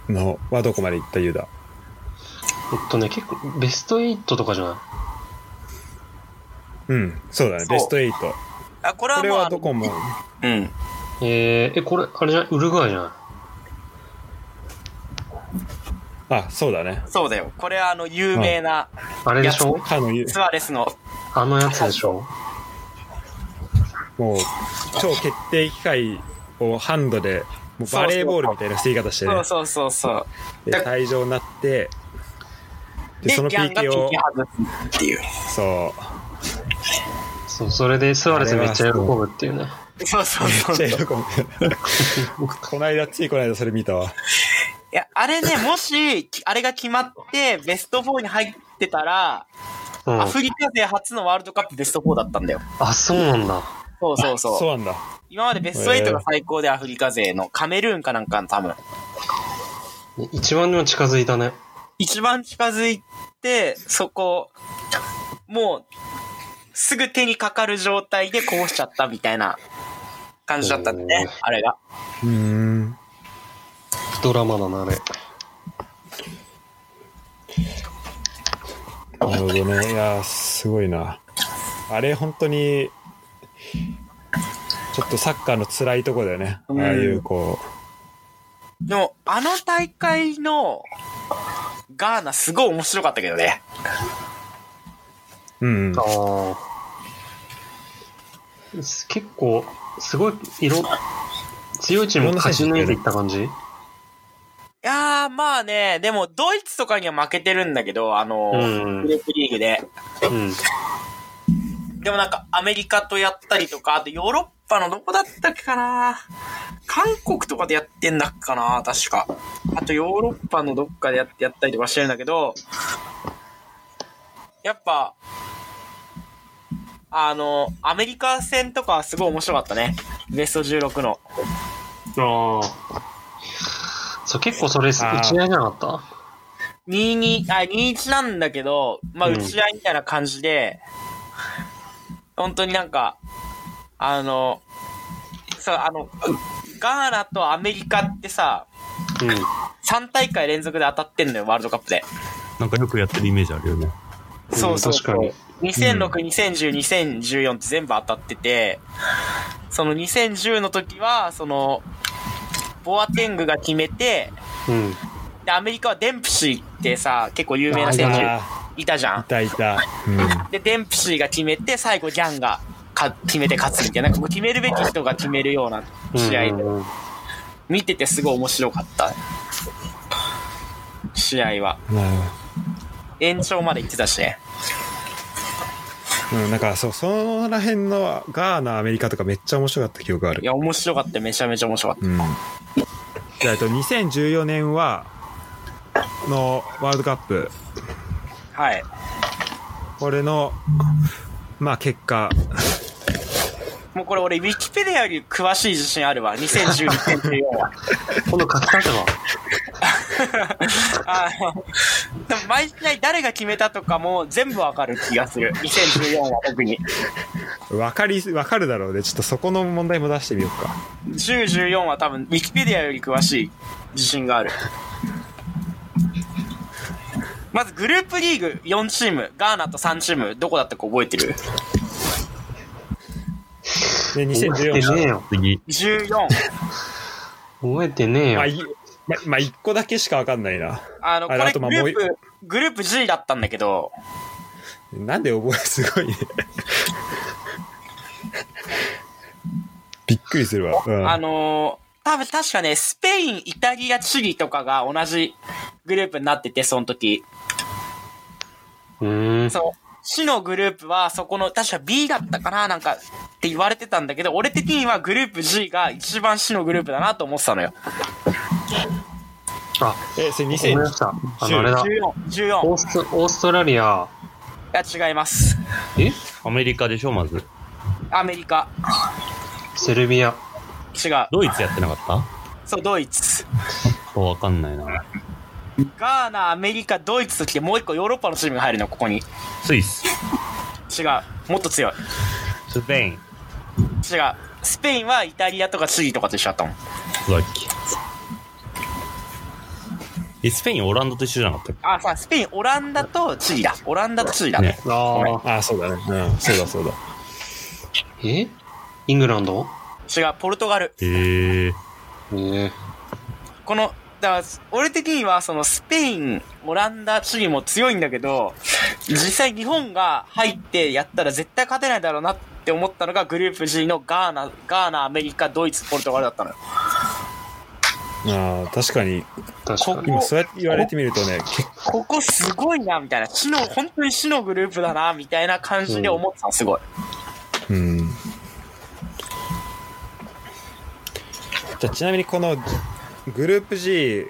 S1: のはどこまで行った、ユダ。
S2: えっとね、結構、ベスト8とかじゃない
S1: うん、そうだね。
S4: そう
S1: ベスト8。
S4: あ、これは
S1: これ
S4: もう
S1: は
S4: あの
S1: ど、こも。
S4: うん。
S2: えー、え、これ、あれじゃないウルグアイじゃない
S1: あ、そうだね。
S4: そうだよ。これはあの、有名な、
S2: あれでしょ
S1: かのゆ
S4: スアレスの、
S2: あのやつでしょ
S1: もう、超決定機械をハンドで、もうバレーボールみたいな吸い方してね
S4: そう。そうそうそう。
S1: で、退場になって、で、
S4: で、
S1: その
S4: ギャンが
S1: PK を、
S4: 外すっていう。
S1: そ。
S2: そう、それでスアレスめっちゃ喜ぶっていうね。
S4: そうそうそう う
S1: めっ
S4: そう。い
S1: ちゃ喜ぶ。僕、この間、ついこの間それ見たわ。
S4: や、あれね、もし、きあれが決まって、ベスト4に入ってたら、
S2: うん
S4: ア。フリカ勢初のワールドカップベスト4だったんだよ。
S2: あ、そうなんだ。
S4: そうそうそう。
S1: そうなんだ。
S4: 今までベスト8が最高でアフリカ勢のカメルーンかなんかの多分。
S2: 一番にも近づいたね。
S4: 一番近づいて、そこ、もう、すぐ手にかかる状態でこぼしちゃったみたいな感じだったんでね、あれが。
S1: うーん。
S2: ドラマだな、あれ。
S1: なるほどね。いやー、すごいな。あれ、本当に、ちょっとサッカーの辛いとこだよね。ああいう、こ
S4: でも、あの大会のガーナすごい面白かったけどね。
S1: う。うん。
S2: ああ。結構、すごい、色、強いチームを勝ち抜いていった感じ
S4: いやー、まあね、でも、ドイツとかには負けてるんだけど、あの、
S2: うん
S4: グループリーグで。
S2: うん。
S4: でもなんか、アメリカとやったりとか、あとヨーロッパのどこだったっけかな韓国とかでやってんだっかな確か。あとヨーロッパのどっかでやってやったりとかしてるんだけど、やっぱ、あの、アメリカ戦とかはすごい面白かったね。ベスト16の。
S2: ああ。そう、結構それ、打ち
S1: あー
S2: 合いじゃなかっ
S4: 22、あ、21なんだけど、まあ、
S2: うん
S4: 打ち合いみたいな感じで、本当になんか、あの、そう、あの、ガーナとアメリカってさ、
S2: たうん。
S4: 3大会連続で当たってんのよ、ワールドカップで。
S3: なんかよくやってるイメージあるよね。
S4: そうそう
S2: 確かに
S4: 2006、2010、2014って全部当たってて、その2010の時は、その、ボアテングが決めて、
S2: うん。
S4: で、アメリカはデンプシーってさ、結構有名な選手
S1: あ
S4: いたじゃ
S1: あ、
S4: ん
S1: い。たいた。うん。
S4: で、デンプシーが決めて、最後ギャンがか決めて勝つみたいな、ここ決めるべき人が決めるような試合で、
S2: うん
S4: 見ててすごい面白かった。試合は。
S1: なるほど
S4: 延長まで行ってたしね。
S1: うん、なんかそう、その辺のガーナ、アメリカとかめっちゃ面白かった記憶があ
S4: い
S1: る。
S4: や、面白かったよ。めちゃめちゃ面白か
S1: う
S4: っ
S1: ん。でえっと、2014年は、のワールドカップ、
S4: た。はい。
S1: これの、まあ結果、
S4: もうこれ俺、ウィキペディアより詳しい自信あるわ。2010、2014は。
S2: 今度勝ちたせば。
S4: あの、でも毎試合誰が決めたとかも全部わかる気がする。2014は特に。
S1: わかり、わかるだろうね。ちょっとそこの問題も出してみようか。
S4: 10、14は多分、ウィキペディアより詳しい自信がある。まず、グループリーグ4チーム、ガーナと3チーム、どこだったか覚えてる
S1: で、
S2: 覚えて
S1: 2014
S2: ねえ
S1: 年。
S2: よ。
S3: 次。
S4: ?14。
S2: 覚えてねえよ
S1: まあ、。いままあ、一個だけしかわかんないな。
S4: あの、こ
S1: あれ
S4: れ
S1: あとま
S4: グ
S1: あ
S4: ループ、グループ G だったんだけど、
S1: なんで覚え、すごいね。 びっくりするわ。うん、
S4: あのー多分確かね、スペイン、イタリア、チリとかが同じグループになってて、その時。
S2: うーん。
S4: そう。死のグループは、そこの、確か B だったかななんか、って言われてたんだけど、俺的にはグループ G が一番死のグループだなと思ってたのよ。
S2: あ、
S1: え、それ
S2: 思い出
S1: 2000、
S2: した。あの、あれだ。
S4: 14、14。
S2: オーストオーストラリア、
S4: いや、違います。
S2: え
S3: アメリカでしょ、まず。
S4: アメリカ。
S2: セルビア。
S4: 違う。
S3: ドイツやってなかった
S4: そう、ドイツ。
S3: そう、わかんないな。
S4: ガーナ、アメリカ、ドイツと来て、もう一個ヨーロッパのチームが入るの、ここに。違
S3: スイス、
S4: う。もっと強い。
S3: スペイン、
S4: 違う。スペインはイタリアとかチリとかと一緒だったもん。
S3: どうだっけえ、スペイン、オランダと一緒じゃなかったっ
S4: あ、さ、スペイン、オランダとチリだ。オランダとチリだね。
S3: ね
S2: ああ。
S1: あ、そうだね。うん、そうだそうだ。
S2: えイングランド
S4: 違う、ポルトガル。
S3: けへえ。
S2: ええ。
S4: この、だから、俺的には、その、スペイン、オランダ、チリも強いんだけど、実際日本が入ってやったら絶対勝てないだろうなって思ったのが、グループ G のガーナ、ガーナ、アメリカ、ドイツ、ポルトガルだったのよ。
S1: ああ、確かに、
S2: 確かに。
S1: 今そうやって言われてみるとね、結
S4: ここすごいな、みたいな。死の、本当に死のグループだな、みたいな感じで思ってたの、すごい。
S1: うん。じゃあちなみにこのグループ G、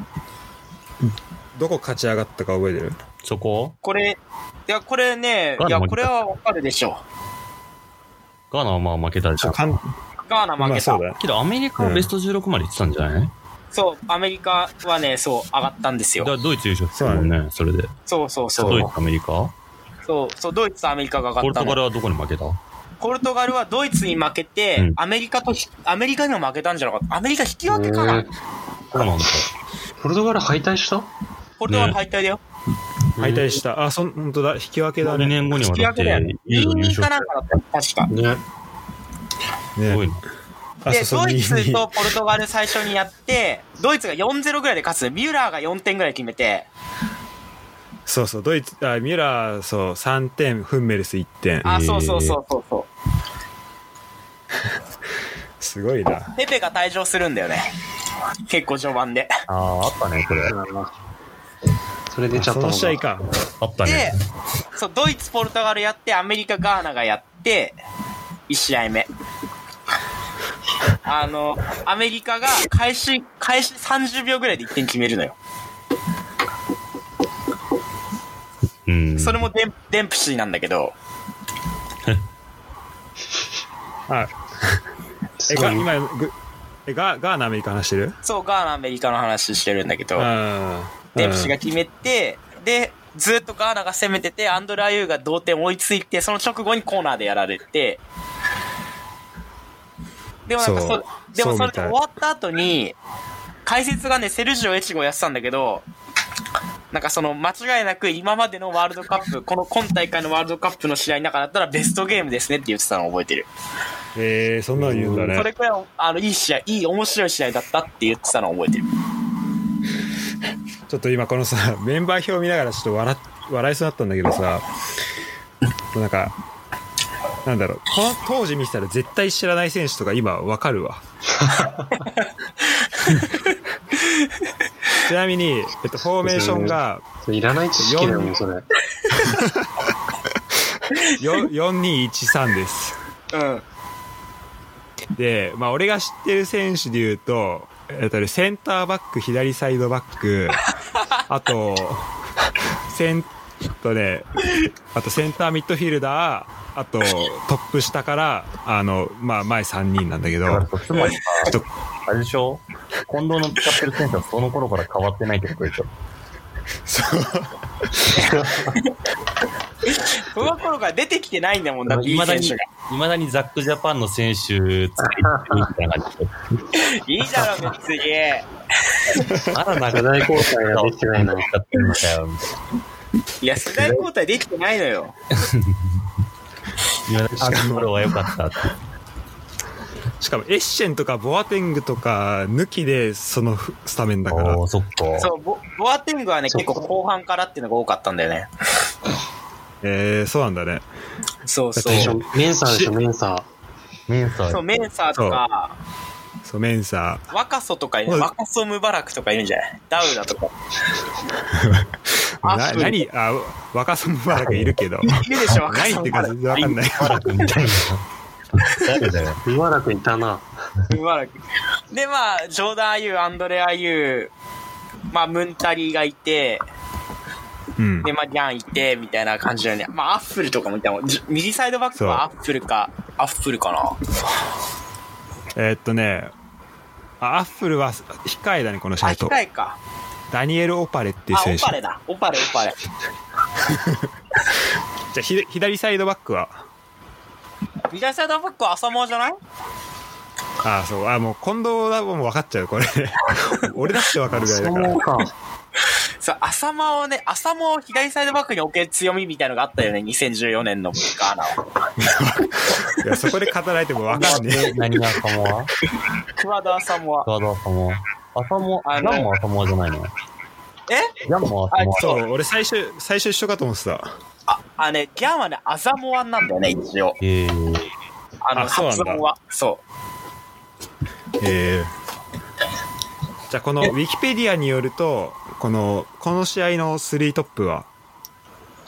S1: どこ勝ち上がったか覚えてる
S3: そこ
S4: これ、いや、これね、
S3: ガー
S4: い
S3: ナ
S4: や、
S3: も
S4: これはわかるでしょ
S3: ガーナはまあ負けたでしょ。
S1: かん
S4: う。ガーナ
S1: ま
S4: 負
S1: あ
S4: け
S1: そ
S4: た
S1: う。だ。
S3: けど、アメリカはベスト16まで行ってたんじゃない、
S4: そう、アメリカはね、そう、上がったんですよ。
S3: だドイツ優勝してるもんね、それで。
S4: そうそう
S3: ド
S4: そ
S3: イ
S4: う。
S3: ツ、アメリカ
S4: そう、そう、ドイツとアメリカが上が
S3: ポ
S4: っ
S3: ル
S4: た
S3: ト
S4: の
S3: ガ。ルはどこに負けたあ
S4: ポルトガルはドイツに負けて、
S3: うん
S4: アメリカとひ、アメリカにも負けたんじゃなかった。アメリカ引き分けかな
S2: へー
S3: そうなんだ。
S2: ポルトガル敗退した
S4: ポルトガル敗退だよ。
S1: 敗退した。あ、そん、本当だ。引き分けだ
S3: 2
S1: ね。
S3: 年後には
S4: 引き
S3: だっ
S4: 分
S3: て
S4: けだよね。
S3: リーグ優
S4: 2-2
S3: 勝
S4: か
S3: し
S4: なんかだった。確か。
S2: ね。
S3: て
S1: ね
S3: すごいな。
S1: あ、そ
S4: で、
S1: うそう
S4: ドイツ
S1: 2-2
S4: とポルトガル最初にやって、ドイツが4-0ぐらいで勝つ。ミュラーが4点ぐらい決めて、
S1: そうそう、ドイツ、あ、ミュラー、そう、3点、フンメルス1点。
S4: あ、
S3: へー
S4: そうそうそうそうそ
S1: すごいな
S4: う。。ペペが退場するんだよね。結構序盤で。
S3: ああ、あったね、これ。
S2: それ出ちゃ
S1: そ
S2: った
S1: の
S2: の
S1: 試合
S2: が。
S1: か。
S3: あった
S4: で
S3: ね。、
S4: そう、ドイツ、ポルトガルやって、アメリカ、ガーナがやって、1試合目。あの、アメリカが開始、開始30秒ぐらいで1点決めるのよ。
S3: うん。
S4: それもデンデンプシーなんだけど、
S1: あ、え、
S2: すご
S1: が
S2: い
S1: 今、ぐえ、ガガーナ、アメリカ話してる
S4: そう、ガーナ、アメリカの話してるんだけど、
S1: あー
S4: デンプシーが決めて、で、ずっとガーナが攻めてて、アンドレ・アユーが同点追いついて、その直後にコーナーでやられて、でもなんかそ、
S1: そう
S4: でもそ
S1: そうみ
S4: れで
S1: たい
S4: 終わった後に、解説がね、セルジオ・エチゴやってたんだけど、なんかその、間違いなく今までのワールドカップ、この今大会のワールドカップの試合の中だったらベストゲームですねって言ってたのを覚えてる。
S1: えー、そんなの言うんだ
S4: それ
S1: ね。
S4: くらい、あの、いい試合、いい面白い試合だったって言ってたのを覚えてる。
S1: ちょっと今このさ、 メンバー表見ながらちょっと笑っ、笑いそうになったんだけどさ、なんか、なんだろう、この当時見てたら絶対知らない選手とか今わかるわ。ちなみに、えっと、フォーメーションが
S2: いらない知識だよ、もうそれ。
S1: よ4213です。
S4: うん。
S1: で、まあ、俺が知ってる選手で言うと、えっとね、センターバック、左サイドバック、あと、セン、えっとね、あとセンターミッドフィルダー、あと、トップ下から、あの、まあ、前3人なんだけど、
S3: だからつまり
S1: ちょっ
S3: さ、あれでしょ近藤の使ってる選手はその頃から変わってないってことでしょ
S1: そう
S4: その頃から出てきてないんだもん、だっていい
S3: 未だ
S4: 選
S3: に、
S4: 手が。
S3: 未だにザックジャパンの選手使ってるみたいな 感じでし
S4: いいだろ、別に。
S3: ょ。まだ
S2: 世
S3: 長
S2: 代交代ができてないの。
S3: だったんだよ、みたい
S4: いや、世代交代できてないのよ。
S3: な。未だに頃は良かったって。
S1: しかも、エッシェンとかボアテングとか抜きで、そのふスタメンだから
S3: お、ー、そっか。
S4: そう、ボボアテングはね、
S2: そう
S4: 結構後半からっていうのが多かったんだよね。
S1: えー、そうなんだね。
S4: そうそ
S1: だって
S2: しょ
S4: う。
S2: メンサーでしょ、メンサ
S3: メンサー
S4: そう、メンサーとか、
S1: そう、メンサ
S4: 若ソとかいる、
S1: そう
S4: 若ソムバラクとかいるんじゃないダウダとか。
S1: ー。
S4: あ
S1: な、
S4: そう
S1: 何あ、若さムバラクいるけど。
S4: いるでしょ、若
S1: 何言っ
S4: ソム
S1: てか
S4: バラク。
S1: 全然わかんない。
S3: パラクみたいな。誰だよ。
S2: ー。岩田くんいたな。
S4: ムバラク。で、まあ、ジョーダン・アユー、アンドレ・アユー、まあ、ムンタリーがいて、
S1: うん
S4: で、。まあ、ギャンいて、みたいな感じだよね。まあ、アッフルとかもいたもん。じ右サイドバックはアッフルか、アッフルかな。
S1: えーっとね、あアッフルは控えだね、このシ
S4: あ、
S1: ャイト
S4: 控。えか。
S1: ダニエル・オパレっていう
S4: あ、
S1: 選
S4: オ
S1: 手。
S4: パレだ。オパレ、オパレ。
S1: じゃあひ、左サイドバックは。
S4: 左サイドバックは浅間じゃない
S1: あ、そう、あ、もう近藤だもう分かっちゃう、これ。俺だって分かるぐらいだから。
S2: そうか。
S4: そう、浅間をね、浅間を左サイドバックに置ける強みみたいのがあったよね、2014年のガーナは。
S1: いや、そこで語られても分かん ね
S3: 何がサモア
S4: 桑田浅間は。
S3: ガードアサモア。アサモア、ジャンもアサモアじゃないの
S4: え
S3: ジャンもアサモ
S1: え。そう、俺最初、最初一緒かと思ってた。
S4: あ、あね、ギャンはね、アザモアなんだよね、一応。
S3: ア。えー。
S4: あの、
S1: あそうなん
S4: 発
S1: だ
S4: 音は。そう。
S1: ええじゃあ、このウィキペディアによると、この、この試合の3トップは、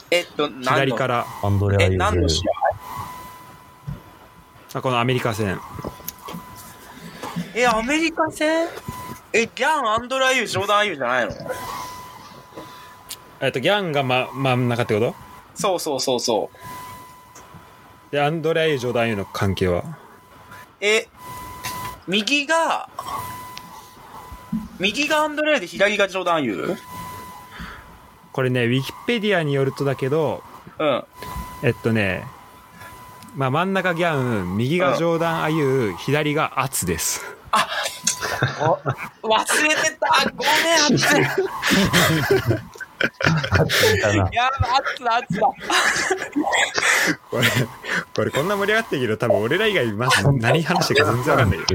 S4: えっと、何の
S1: 左から、
S3: アンドレア
S4: え、
S3: ユ
S4: 何の試
S3: ー。
S1: あこのアメリカ戦。
S4: 合え、アメリカ戦え、ギャン、アンドラユー、ジョーダン・アユーじゃないの
S1: えっと、ギャンが、ま、真ん中ってこと
S4: そうそうそうそう。
S1: で、アンドレア・ユージョーダン・ユーの関係は
S4: え、右が、右がアンドレアで左がジョーダンユ
S1: これねウィキペディアによるとだけど
S4: ーうん。
S1: えっとねまあ真ん中ギャン右がジョーダン・アユー左がアツです
S4: 忘れてたごめん、熱い。やば、熱だ、熱だ。
S1: これ これこんな盛り上がってるけど多分俺ら以外マジで何話してるか全然わかんないよ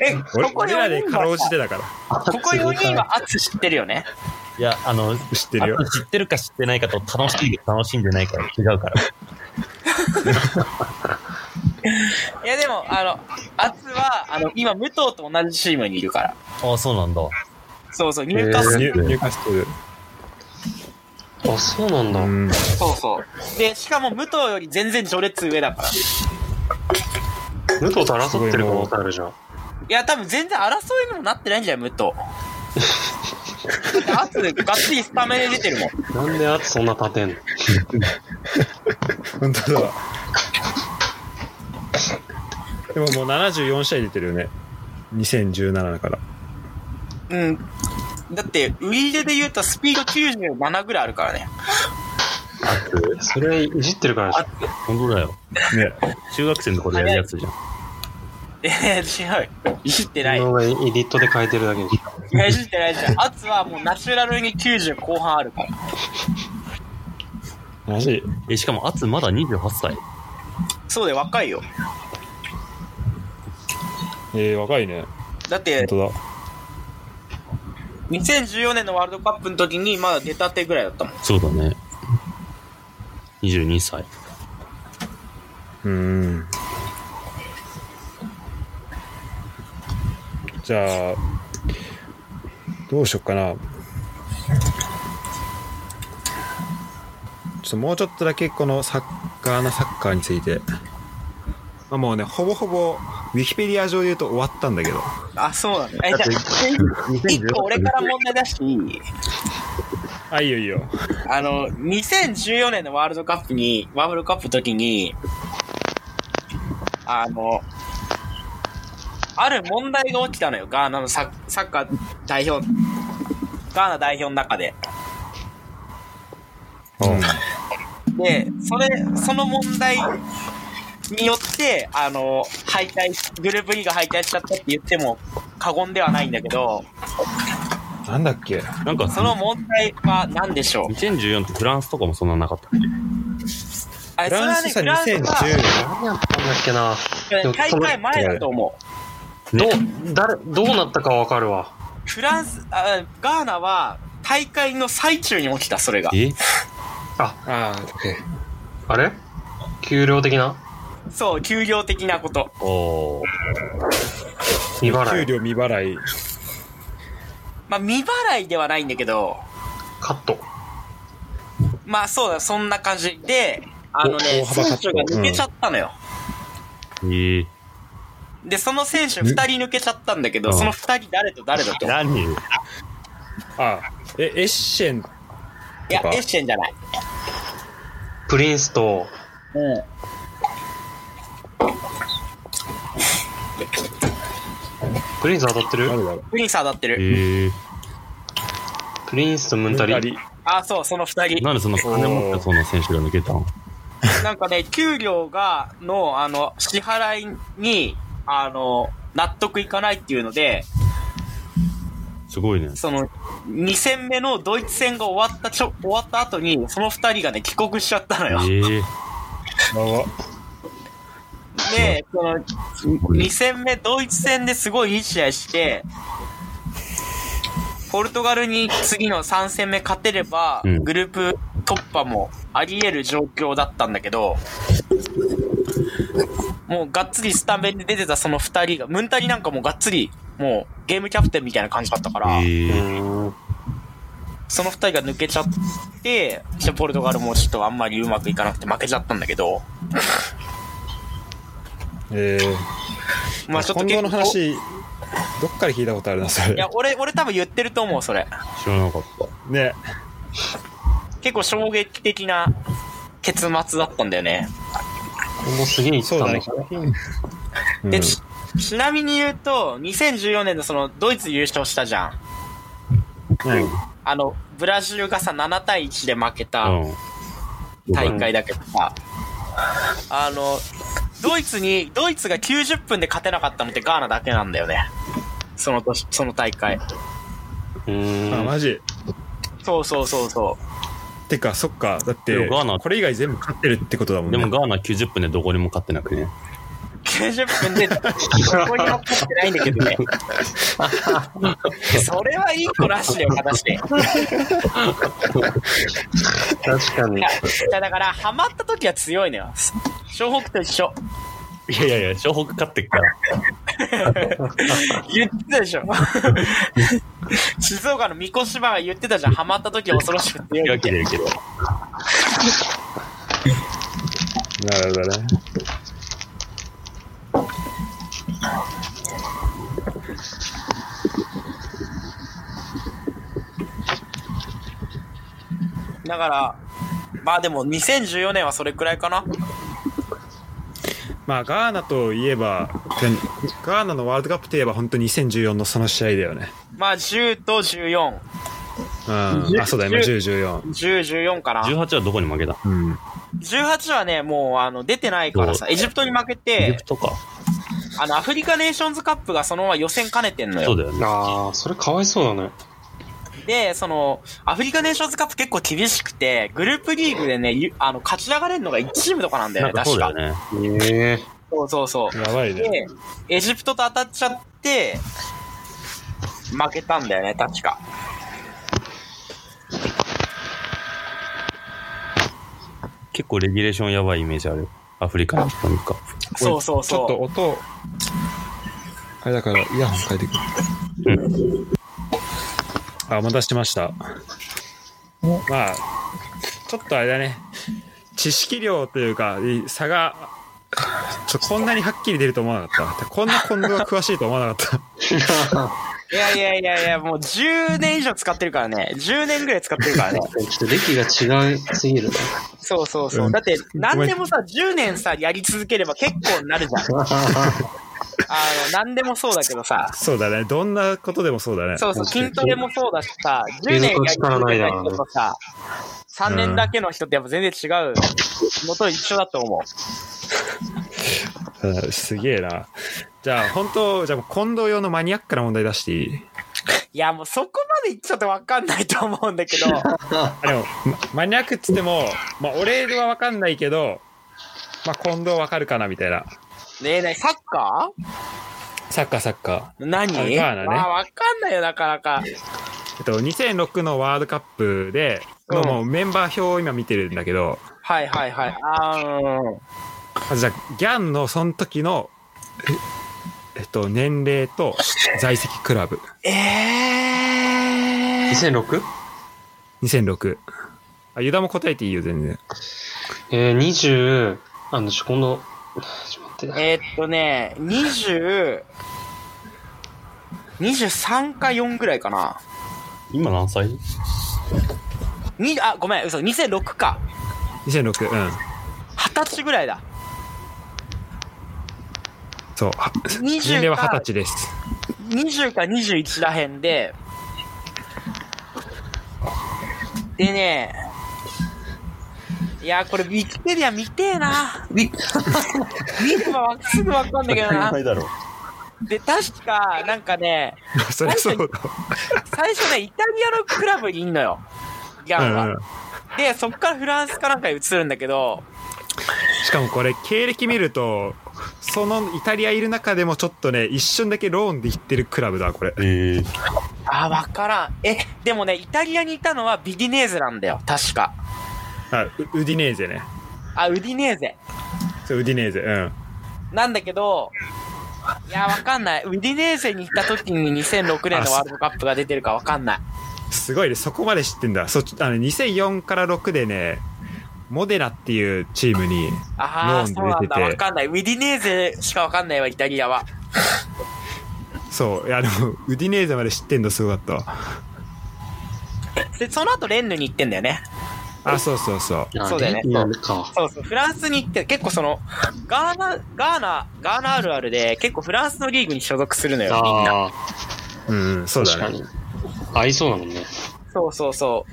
S4: え、こ
S1: 俺
S4: こ
S1: 俺らで
S4: 4人
S1: かろ
S4: は
S1: うじてだから
S4: ここ4人は熱知ってるよね。
S3: いや、あの、
S1: 知ってるよ
S3: あと知ってるか知ってないかと楽しんで楽しんでないかは違うから。
S4: いや、でも、あの、熱は、あの、今、武藤と同じチームにいるから。
S3: ああ、そうなんだ。
S4: そうそう、入荷す
S1: ニ
S4: る。
S1: ュ入荷してる
S2: あ、そうなんだ。
S1: うん
S4: そうそう。で、しかも武藤より全然序列上だから。い
S2: 武藤と争ってる可能性あるじゃん。
S4: や、多分全然争いにもなってないんじゃない武藤。 だって圧がっつりスタメンで出てるもん。
S2: なんであつそんな立てんの
S1: 本当だでももう74試合出てるよね2017だから
S4: うん。だって、ウィーレで言うとスピード97ぐらいあるからね。
S2: それいじってるからでしょ。
S3: 本当だよ。
S1: ね
S3: 中学生の頃やるやつじゃん。
S4: えー、違う。いじってない。
S2: 自分がエディットで変えてるだけでしょ。
S4: いやいじってないじゃん。圧はもうナチュラルに90後半あるから。
S1: マジ
S3: え、しかも、あつまだ28歳。
S4: そうで若いよ。
S1: えー、若いね
S4: だって、
S1: 本
S4: 2014年のワールドカップの時にまだ出たてぐらいだったもん。
S3: そうだね。22
S1: 当
S3: 歳。
S1: だうんじゃあどうしよっかなちょっともうちょっとだけこのサッカーなサッカーについてまあもうねほぼほぼウィキペディア上で言うと終わったんだけど
S4: あ、そうなんだ。え、じゃあ、一個俺から問題出していい
S1: あいいよいいよ
S4: あの、2014年のワールドカップに、ワールドカップの時に、あの、ある問題が起きたのよ、ガーナのサッサッカー代表、ガーナ代表の中で。
S1: うん
S4: で、それ、その問題によって、あの、敗退し、グループ E が敗退しちゃったって言っても過言ではないんだけど、
S1: なんだっけ
S3: なんか、
S4: その問題は何でしょう
S3: 2014ってフランスとかもそんななかったっけ
S4: あ
S1: フ
S4: それ
S1: ラ
S4: は
S1: ンス
S4: ね
S1: さ
S4: フランス
S1: 2010
S4: は
S2: 何やったんだっけな。でも
S4: 大
S2: その
S4: 会前だと思う。
S2: どう、誰、どうなったかわかるわ。
S4: フランス、あガーナは大会の最中に起きた、それが。
S3: え
S1: ああ
S2: あれ給料的な
S4: そう、休業的なこと。
S3: おー。
S2: 未払
S1: 給
S2: い。
S1: 料未払い
S4: まあ、未払いではないんだけど、
S2: カット。
S4: まあそうだ、そんな感じで、あの
S1: お大
S4: ね、
S1: 幅カ
S4: 選
S1: ット
S4: 手が抜けちゃったのよ。
S3: えー。
S4: で、その選手2人抜けちゃったんだけど、
S3: うん
S4: その2人誰と誰だと思う
S3: 何
S1: あえエッシェン
S4: いや、
S1: とか
S4: エッシェンじゃない。
S2: プリンスと、
S4: うん。
S2: プリンス当たってる
S1: 誰だろう
S4: プリンス当たってる。
S3: えー。
S2: プリンスとムンタリ。
S4: あ、そう、その2人。
S3: なんでそんな金持ってそうな選手が抜けたの
S4: なんかね、給料が、の、あの、支払いに、あの、納得いかないっていうので、
S3: すごいね。
S4: その、2戦目のドイツ戦が終わったちょ、終わった後に、その2人がね、帰国しちゃったの
S3: え
S4: よ。
S3: ー。
S1: やば
S4: で、その、2戦目、ドイツ戦ですごいいい試合して、ポルトガルに次の3戦目勝てれば、
S3: うん
S4: グループ突破もあり得る状況だったんだけど、もうがっつりスタメンで出てたその2人が、ムンタリなんかもうがっつり、もうゲームキャプテンみたいな感じだったから、
S2: う
S3: えー。
S2: ーん。
S4: その2人が抜けちゃって、そしてポルトガルもちょっとあんまりうまくいかなくて負けちゃったんだけど、
S1: えー
S4: まあちょっと
S1: 近藤の
S4: 結構
S1: 話どっから聞いたことあるなそ
S4: い
S1: れ
S4: や、俺、俺多分言ってると思う、それ。
S3: 知らなかっ
S1: ね
S4: 結構衝撃的な結末だったんだよね。
S2: もうすげえ行った
S1: そうんだ
S2: だ
S1: ね
S2: けど。
S1: うん
S4: で、ちちなみに言うと、2014年のその、ドイツ優勝したじゃん。
S2: うん。
S4: あの、ブラジルがさ、7対1で負けた。
S3: うん。
S4: 大会だけどさ、あの、ドイツに、ドイツが90分で勝てなかったのってガーナだけなんだよね。その年、その大会。
S2: う
S1: あ
S2: ーん。
S1: マジ
S4: そうそうそうそ
S1: てかそっかだっ
S3: で
S1: て
S3: もガーナ
S1: これ以外全部勝ってるってことだもん
S3: で
S1: ね
S3: もガーナ90分でどこにも勝ってなくね。
S4: う。90分で、どこにも勝ってないんだけどね。それはいい子らしいよ、話で。い
S2: 確かに
S4: や、。いやだから、ハマった時は強いのよ。湘北と一緒。
S3: いやいやいや、湘北勝ってっから。
S4: 言ってたでしょ。静岡の三越島が言ってたじゃん。ハマった時は恐ろしく強
S3: 気
S4: い
S3: が
S4: っ
S3: 切
S4: て。
S3: れるけど。
S1: なるほどね
S4: だから、まあでも2014年はそれくらいかな。
S1: まあガーナといえばガーナのワールドカップといえば本当2014のその試合だよね
S4: まあ10と14。
S1: うんあそうだ今1014
S4: 10、14かな。
S3: 18はどこに負けた
S1: うん
S4: 18はね、もうあの出てないからさ、エジプトに負け
S3: エ
S4: て
S3: ジプ、トか。
S4: あのアフリカネーションズカップがそのまま予選兼ねてんの
S3: そ
S4: よ
S3: う。だよね。
S2: ああ、それかわいそうだね。
S4: で、その、アフリカネーションズカップ結構厳しくて、グループリーグでね、ゆあの、勝ち上がれるのが1チームとかなんだよ
S3: なん
S4: ね、
S3: かそう
S4: 確
S3: だ
S4: か
S3: よ。ね。
S2: ええ
S4: そうそうそう。
S1: やばいね
S4: で、エジプトと当たっちゃって、負けたんだよね、確か。
S3: 結構レギュレーションやばいイメージある。アフリカの何か。
S4: そうそう
S1: ちょっと
S4: そ
S1: 音あれだからイヤホン変えてくるあお待たせしましたまあちょっとあれだね知識量というかい差がちょこんなにはっきり出ると思わなかったこんな今度は詳しいと思わなかっ
S4: う。いやいやいやいや、もう10年以上使ってるからね。10年ぐらい使ってるから ね。
S2: ちょっと歴が違いすぎるな。
S4: そうそうそうう。
S1: ん
S4: だって、何でもさ、10年さ、やり続ければ結構なるじゃん。あの、何でもそうだけどさ
S1: た。 そうだねどんなことでもそうだね
S4: そうそう、筋トレもそうだしさ、10年やり
S2: 継続は力
S4: 続
S2: ない
S4: け
S2: な
S4: た人とさ、3年だけの人ってやっぱ全然違うのと一緒だと思う。
S1: うんすげえなじゃあ本当じゃあもう近藤用のマニアックな問題出していい
S4: いや、もうそこまでいっちゃってわかんないと思うんだけど、
S1: あでも、まマニアックっつっても、まあ、俺は分かんないけど、まあ、近藤分かるかなみたいな。
S4: ねえねえ、サッカー
S1: サッカー、サッカー。
S4: 何
S1: サッカーだね
S4: まあ、わかんないよ、なかなか。
S1: えっと、2006のワールドカップで、
S4: うん
S1: のもうメンバー表を今見てるんだけど、
S4: はいはいはい。あー、うん。
S1: まずじゃあギャンのその時の、ええっと、年齢と在籍クラブ。
S4: えー。
S2: 2006?
S1: 2006。あ、ユダも答えていいよ、全然。
S2: えー、20、あの、ちょ、今度、ちょ、待って。
S4: えーっとね、20、23か4ぐらいかな。
S3: 今何歳
S4: に、あ、ごめん、嘘、2006か。
S1: 2006、うん。
S4: 二十歳ぐらいだ。
S1: そう。は
S4: 20
S1: 年齢は20歳です。
S4: 20か21らへんで、でね、いや、これ、ウィキペディア見てえな。ウィ見ればわすぐわかんだけどな。
S3: だろう。
S4: で、確か、なんかね、
S1: そりゃそうだ。
S4: 最初ね、イタリアのクラブにいんのよ。ギャンは。
S1: うんうん
S4: で、そっからフランスかなんかに移るんだけど、
S1: しかもこれ経歴見るとそのイタリアいる中でもちょっとね一瞬だけローンで行ってるクラブだこれ
S3: ええ
S4: あー、わからん。え、でもね、イタリアにいたのはビディネーゼなんだよ、確か。
S1: あウウディネーゼね
S4: あ、ウディネーゼ。
S1: そうウディネーゼうん
S4: なんだけど、いや、わかんない。ウディネーゼに行った時に2006年のワールドカップが出てるかわかんない。
S1: すごいねそこまで知ってんだそっちあの2004から6でねモデナっていうチームにロ
S4: ああ、
S1: ーンで出てて
S4: そうなんだ。わかんない。ウディネーゼしかわかんないわ、イタリアは。
S1: そういやでもウディネーゼまで知ってんのすごかったわ
S4: で、その後レンヌに行ってんだよね。
S1: あ、そうそうそう。
S2: あ
S4: そうだよね
S2: リーなんか。
S4: そうそう、フランスに行って、結構その、ガーナ、ガーナ、ガーナあるあるで、結構フランスのリーグに所属するのよ、みんな。
S2: ああ、
S1: うんうん、そう
S2: 確
S1: だ
S2: か
S1: ね
S2: に。。合いそうだもんね。
S4: そうそうそう。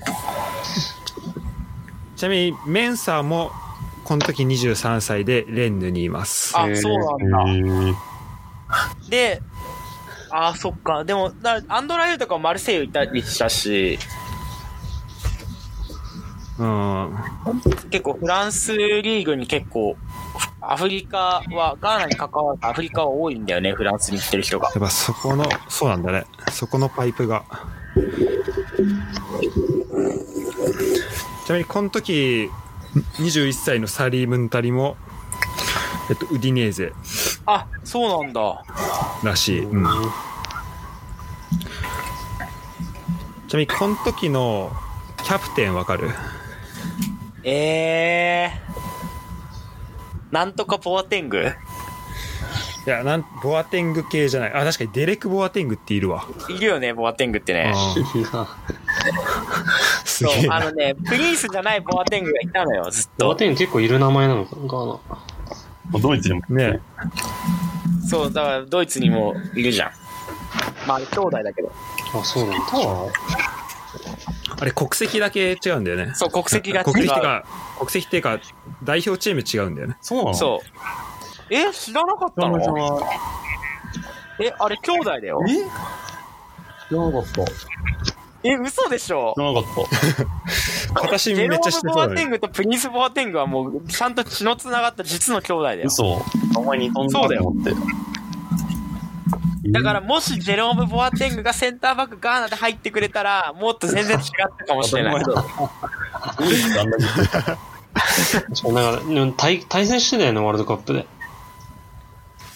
S1: ちなみに、メンサーも、この時23歳でレンヌにいます。
S4: あ
S2: へー
S4: そうなんだ
S2: うん
S4: で、ああ、そっか。でも、だアンドラユーとかもマルセイユ行ったりしたし、
S1: うん。
S4: 結構フランスリーグに結構、アフリカは、ガーナに関わるアフリカは多いんだよね、フランスに行ってる人が。
S1: やっぱそこの、そうなんだね。そこのパイプが。ちなみにこの時、21歳のサリー・ムンタリも、えっと、ウディネーゼ
S4: あ、そうなんだ。
S1: らしい。うんちなみにこの時のキャプテンわかる
S4: ええー。なんとかポアテング
S1: いや、なん、ボアテング系じゃない。あ、確かにデレク・ボアテングっているわ。
S4: いるよね、ボアテングってね。
S1: うんす
S4: そう
S1: げえ、
S4: あ
S1: な。
S4: のね、プリンスじゃないボアテングがいたのよ、ずっ
S2: ドア
S4: と。
S2: テン結構いる名前なのかなガーナ。
S3: もうドイツでも。
S1: ね
S4: そう、だからドイツにもいるじゃん。まあ、兄弟だけど。
S2: あ、そうなんだ。
S1: あれ国籍だけ違うんだよね。
S4: そう、国籍が違う。
S1: 国籍ってか、国籍っていうか、代表チーム違うんだよ ね。
S3: そうなのう。
S4: そう。え、知らなかった
S3: 北村さん
S4: の
S3: は、
S4: え、あれ兄弟だよ。
S3: え知らなかった。知
S4: え、嘘でしょ
S3: らなかっ
S1: 私
S4: ジェ
S1: め
S4: ロ
S1: っちゃ知っ
S4: ー
S1: て
S4: ム・ボ
S1: そう
S4: ア
S1: だ
S4: テ
S1: ね
S4: ン。グとプリンス・ボアテングはもう、ちゃんと血の繋がった実の兄弟だ
S3: た。
S4: よ。
S3: 嘘。お前に飛んだと思って。
S4: だから、もしジェローム・ボアテングがセンターバックガーナで入ってくれたら、もっと全然違ったかもしれない。
S3: ドイツあんなに
S2: そうだから、でも対対戦してたよね、ワールドカップで。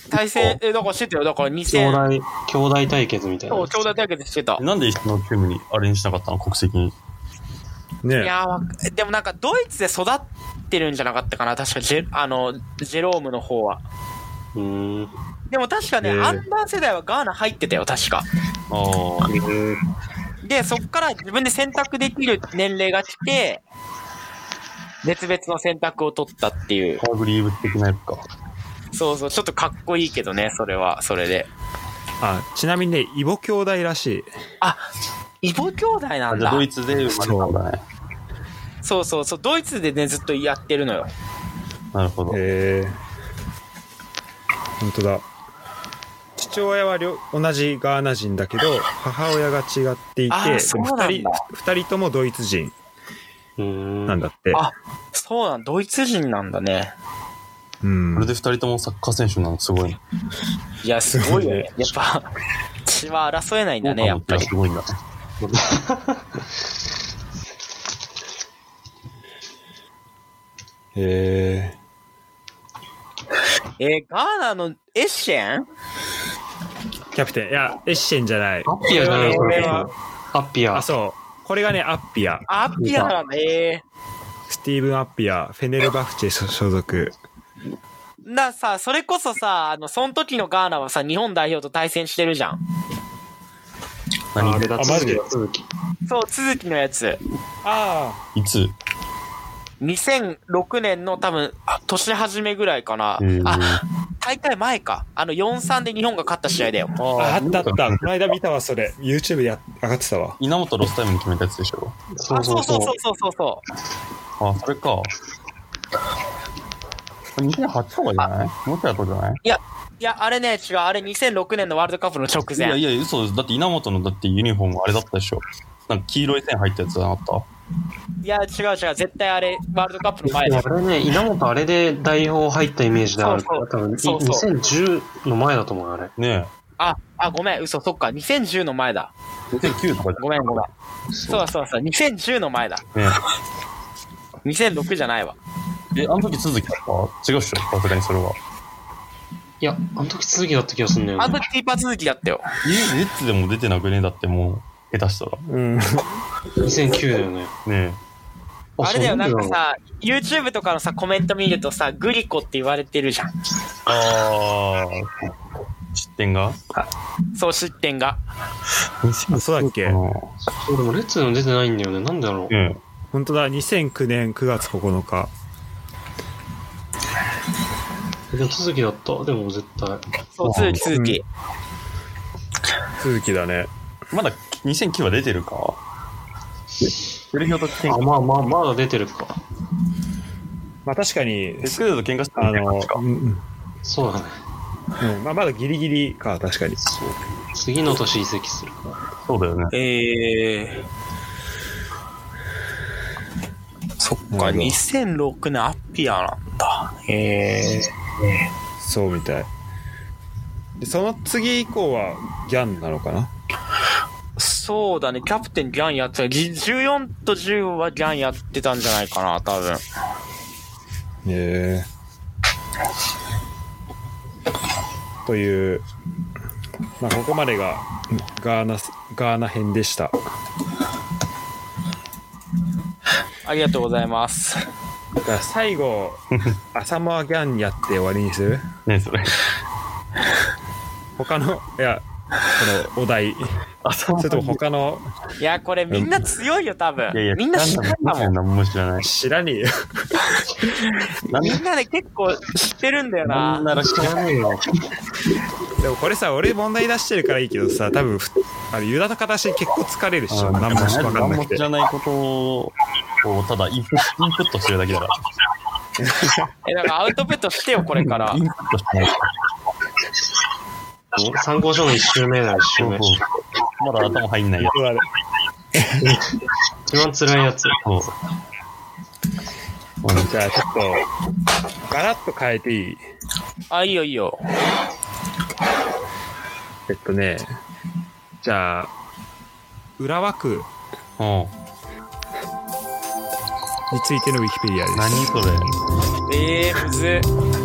S4: 対戦、え、だからしてたよ。だから2000。
S2: 兄弟、兄弟対決みたいな
S4: そう、。兄弟対決してた。
S3: なんで一緒のチームにあれにしなかったの国籍に。
S1: ね
S4: いやーわかでもなんかドイツで育ってるんじゃなかったかな、確かジェあのジェロームの方は。
S2: うーん。
S4: でも確かね、
S1: へー
S4: アンダー世代はガーナ入ってたよ、確か。
S3: ああ。
S4: で、そっから自分で選択できる年齢が来て、別々の選択を取ったっていう。
S3: ハーグリーブ的なやつか。
S4: そうそう、ちょっとかっこいいけどね、それは、それで。
S1: あちなみにね、イボ兄弟らしい。
S4: あ、イボ兄弟な
S3: あ
S4: ん
S3: じゃ
S4: だ
S3: あ。ドイツで生まれたんだね。
S4: そうそうそう、ドイツでね、ずっとやってるのよ。
S3: なるほど。
S1: へえ本当だ。父親は両同じガーナ人だけど、母親が違っていて、
S4: あーそうなんだ
S1: でも二人二人ともドイツ人
S2: うーん。
S1: なんだって。
S4: あ、そうなん、ドイツ人なんだね。
S1: うん
S3: これ。で二人ともサッカー選手なのすごいね。
S4: いや、すごいよね。やっぱ、血は争えないんだね、やっぱり。
S3: すごいんだ。
S1: へえ
S4: えーガーナのエッシェン
S1: キャプテン、いや、エッシェンじゃない。
S2: アッピアじゃない
S4: こ
S2: こ
S4: れ
S2: れ。
S4: は
S2: アッピア
S1: あ、。そう。これがね、アッピア。
S4: あアッピアなんだ、え
S1: スティーブン・アッピア、フェネルバフチェ所属。
S4: ー、ださ、それこそさ、あの、その時のガーナはさ、日本代表と対戦してるじゃん。
S3: 何
S2: あれだ、
S1: あマジで
S2: 続き。
S4: そう、続きのやつ。
S1: あ
S3: いつ
S4: 2006年の多分、あ年始めぐらいかな
S3: う。ん
S4: あ、大会前か。あの、4-3で日本が勝った試合だよ。
S1: あ。ああったあっ
S3: なんか
S1: た。この間見たわ、それ。YouTube や、上がってたわ。
S3: 稲本ロスタイムに決めたやつでしょ。
S2: そ
S4: あ、
S2: う
S4: そ
S2: そううそ
S4: そううそう。そうそうそう。
S3: あ、それか。これ2008とかじゃないもうちょい後じゃない
S4: いや、あれね、違う。あれ2006年のワールドカップの直
S3: いや
S4: 前。
S3: いや、嘘です。だって稲本のだってユニフォームあれだったでしょ。なんか黄色い線入ったやつじゃなかっ
S4: いや、違う違う。絶対あれ、ワールドカップの前だ
S2: でも
S4: よ
S2: あれね、稲本あれで代表入ったイメージであるから、多
S4: そうそう
S2: 分
S4: そうそ
S2: 2010の前だと思うよ、あれ。
S3: たね
S4: あ、あ、ごめん、嘘、そっか。2010の前だ。
S3: え。2009とか
S4: ごめんごめん。そうだそうだそうだ、2010の前だ。
S3: ね
S4: 2006じゃないわ。
S3: え。え、あの時続きだった違うっしょ。さすがにそれは。
S2: いや、あの時続きだった気がするんだよ
S4: あの
S2: ね。
S4: 時キーパー続きだったよ。
S3: え、レッツでも出てなくねだってもう、下手したら。
S1: うん。
S2: 2009だよね。
S3: ね
S4: あれだよ、なんか。
S2: そうだ
S4: さ、YouTube とかのさ、コメント見るとさ、グリコって言われてるじゃん。
S3: え。あー。失点が
S4: そう、失点が。
S1: そうだっけ
S3: う。
S1: うん
S2: そうでもレッツでも出てないんだよね。なんでだろう。
S3: ね
S1: 本当だ、2009年9月9日。
S2: でも続きだった。でも絶対。
S4: そう、続き続き。
S1: 続きだね。
S3: まだ2009は出てるかセルヒオと喧
S2: あ、
S3: 嘩。
S2: まあまあ、まだ出てるか。
S1: まあ確かに、
S3: セルヒオと喧嘩した
S1: あ
S3: みたい
S1: の
S3: な感じ、か
S1: う。んうん
S2: そうだね。
S1: うんまあ、まだギリギリか、確かに。
S2: 次の年移籍するか。
S3: そうだよね。
S4: ええそっか、
S1: なるほど
S4: 2006年アッピアなんだ。ええ
S1: そうみたい。で、その次以降はギャンなのかな
S4: そうだね、キャプテンギャンやってた。じ14と15はギャンやってたんじゃないかな、多分。
S1: へえという、まあ、ここまでがガーナス、ガーナ編でした。
S4: ありがとうございます。
S1: だから最 後、浅間ギャンやって終わりにする
S3: ねそれ。
S1: 他の、いや、このお題。
S3: あ、そ
S1: それとも他の、
S4: いや、これみんな強いよ、多分
S3: いやい や、。
S4: みんな知らんだもん。
S3: 何も知らない。
S1: 知らねえよ。
S3: なん
S4: み
S3: で
S4: んなね、結構知ってるんだよ
S3: こ。
S4: なん
S3: なら知らないよ。
S1: でもこれさ、俺問題出してるからいいけどさ、多分ふ、あの、ユダの形結構疲れるっしょ。何もしわかん
S3: 何
S1: な
S3: も
S1: く
S3: 知
S1: て。
S3: らないことを、ただインプインプットしてるだけだか
S4: え、だからアウトプットしてよ、これから
S3: ら。イ。ンプットしてない。
S2: 参考書の1周目な1周目。
S3: まだ頭入んないよ。
S1: うわ
S2: 一番辛いやつ。
S3: そう。
S1: じゃあちょっと、ガラッと変えていい
S4: あ、いいよ、いいよ。
S1: えっとね、じゃあ、浦和区
S3: うん。
S1: についてのウィキペディアです。
S3: 何それ。
S4: ええー、むずっ。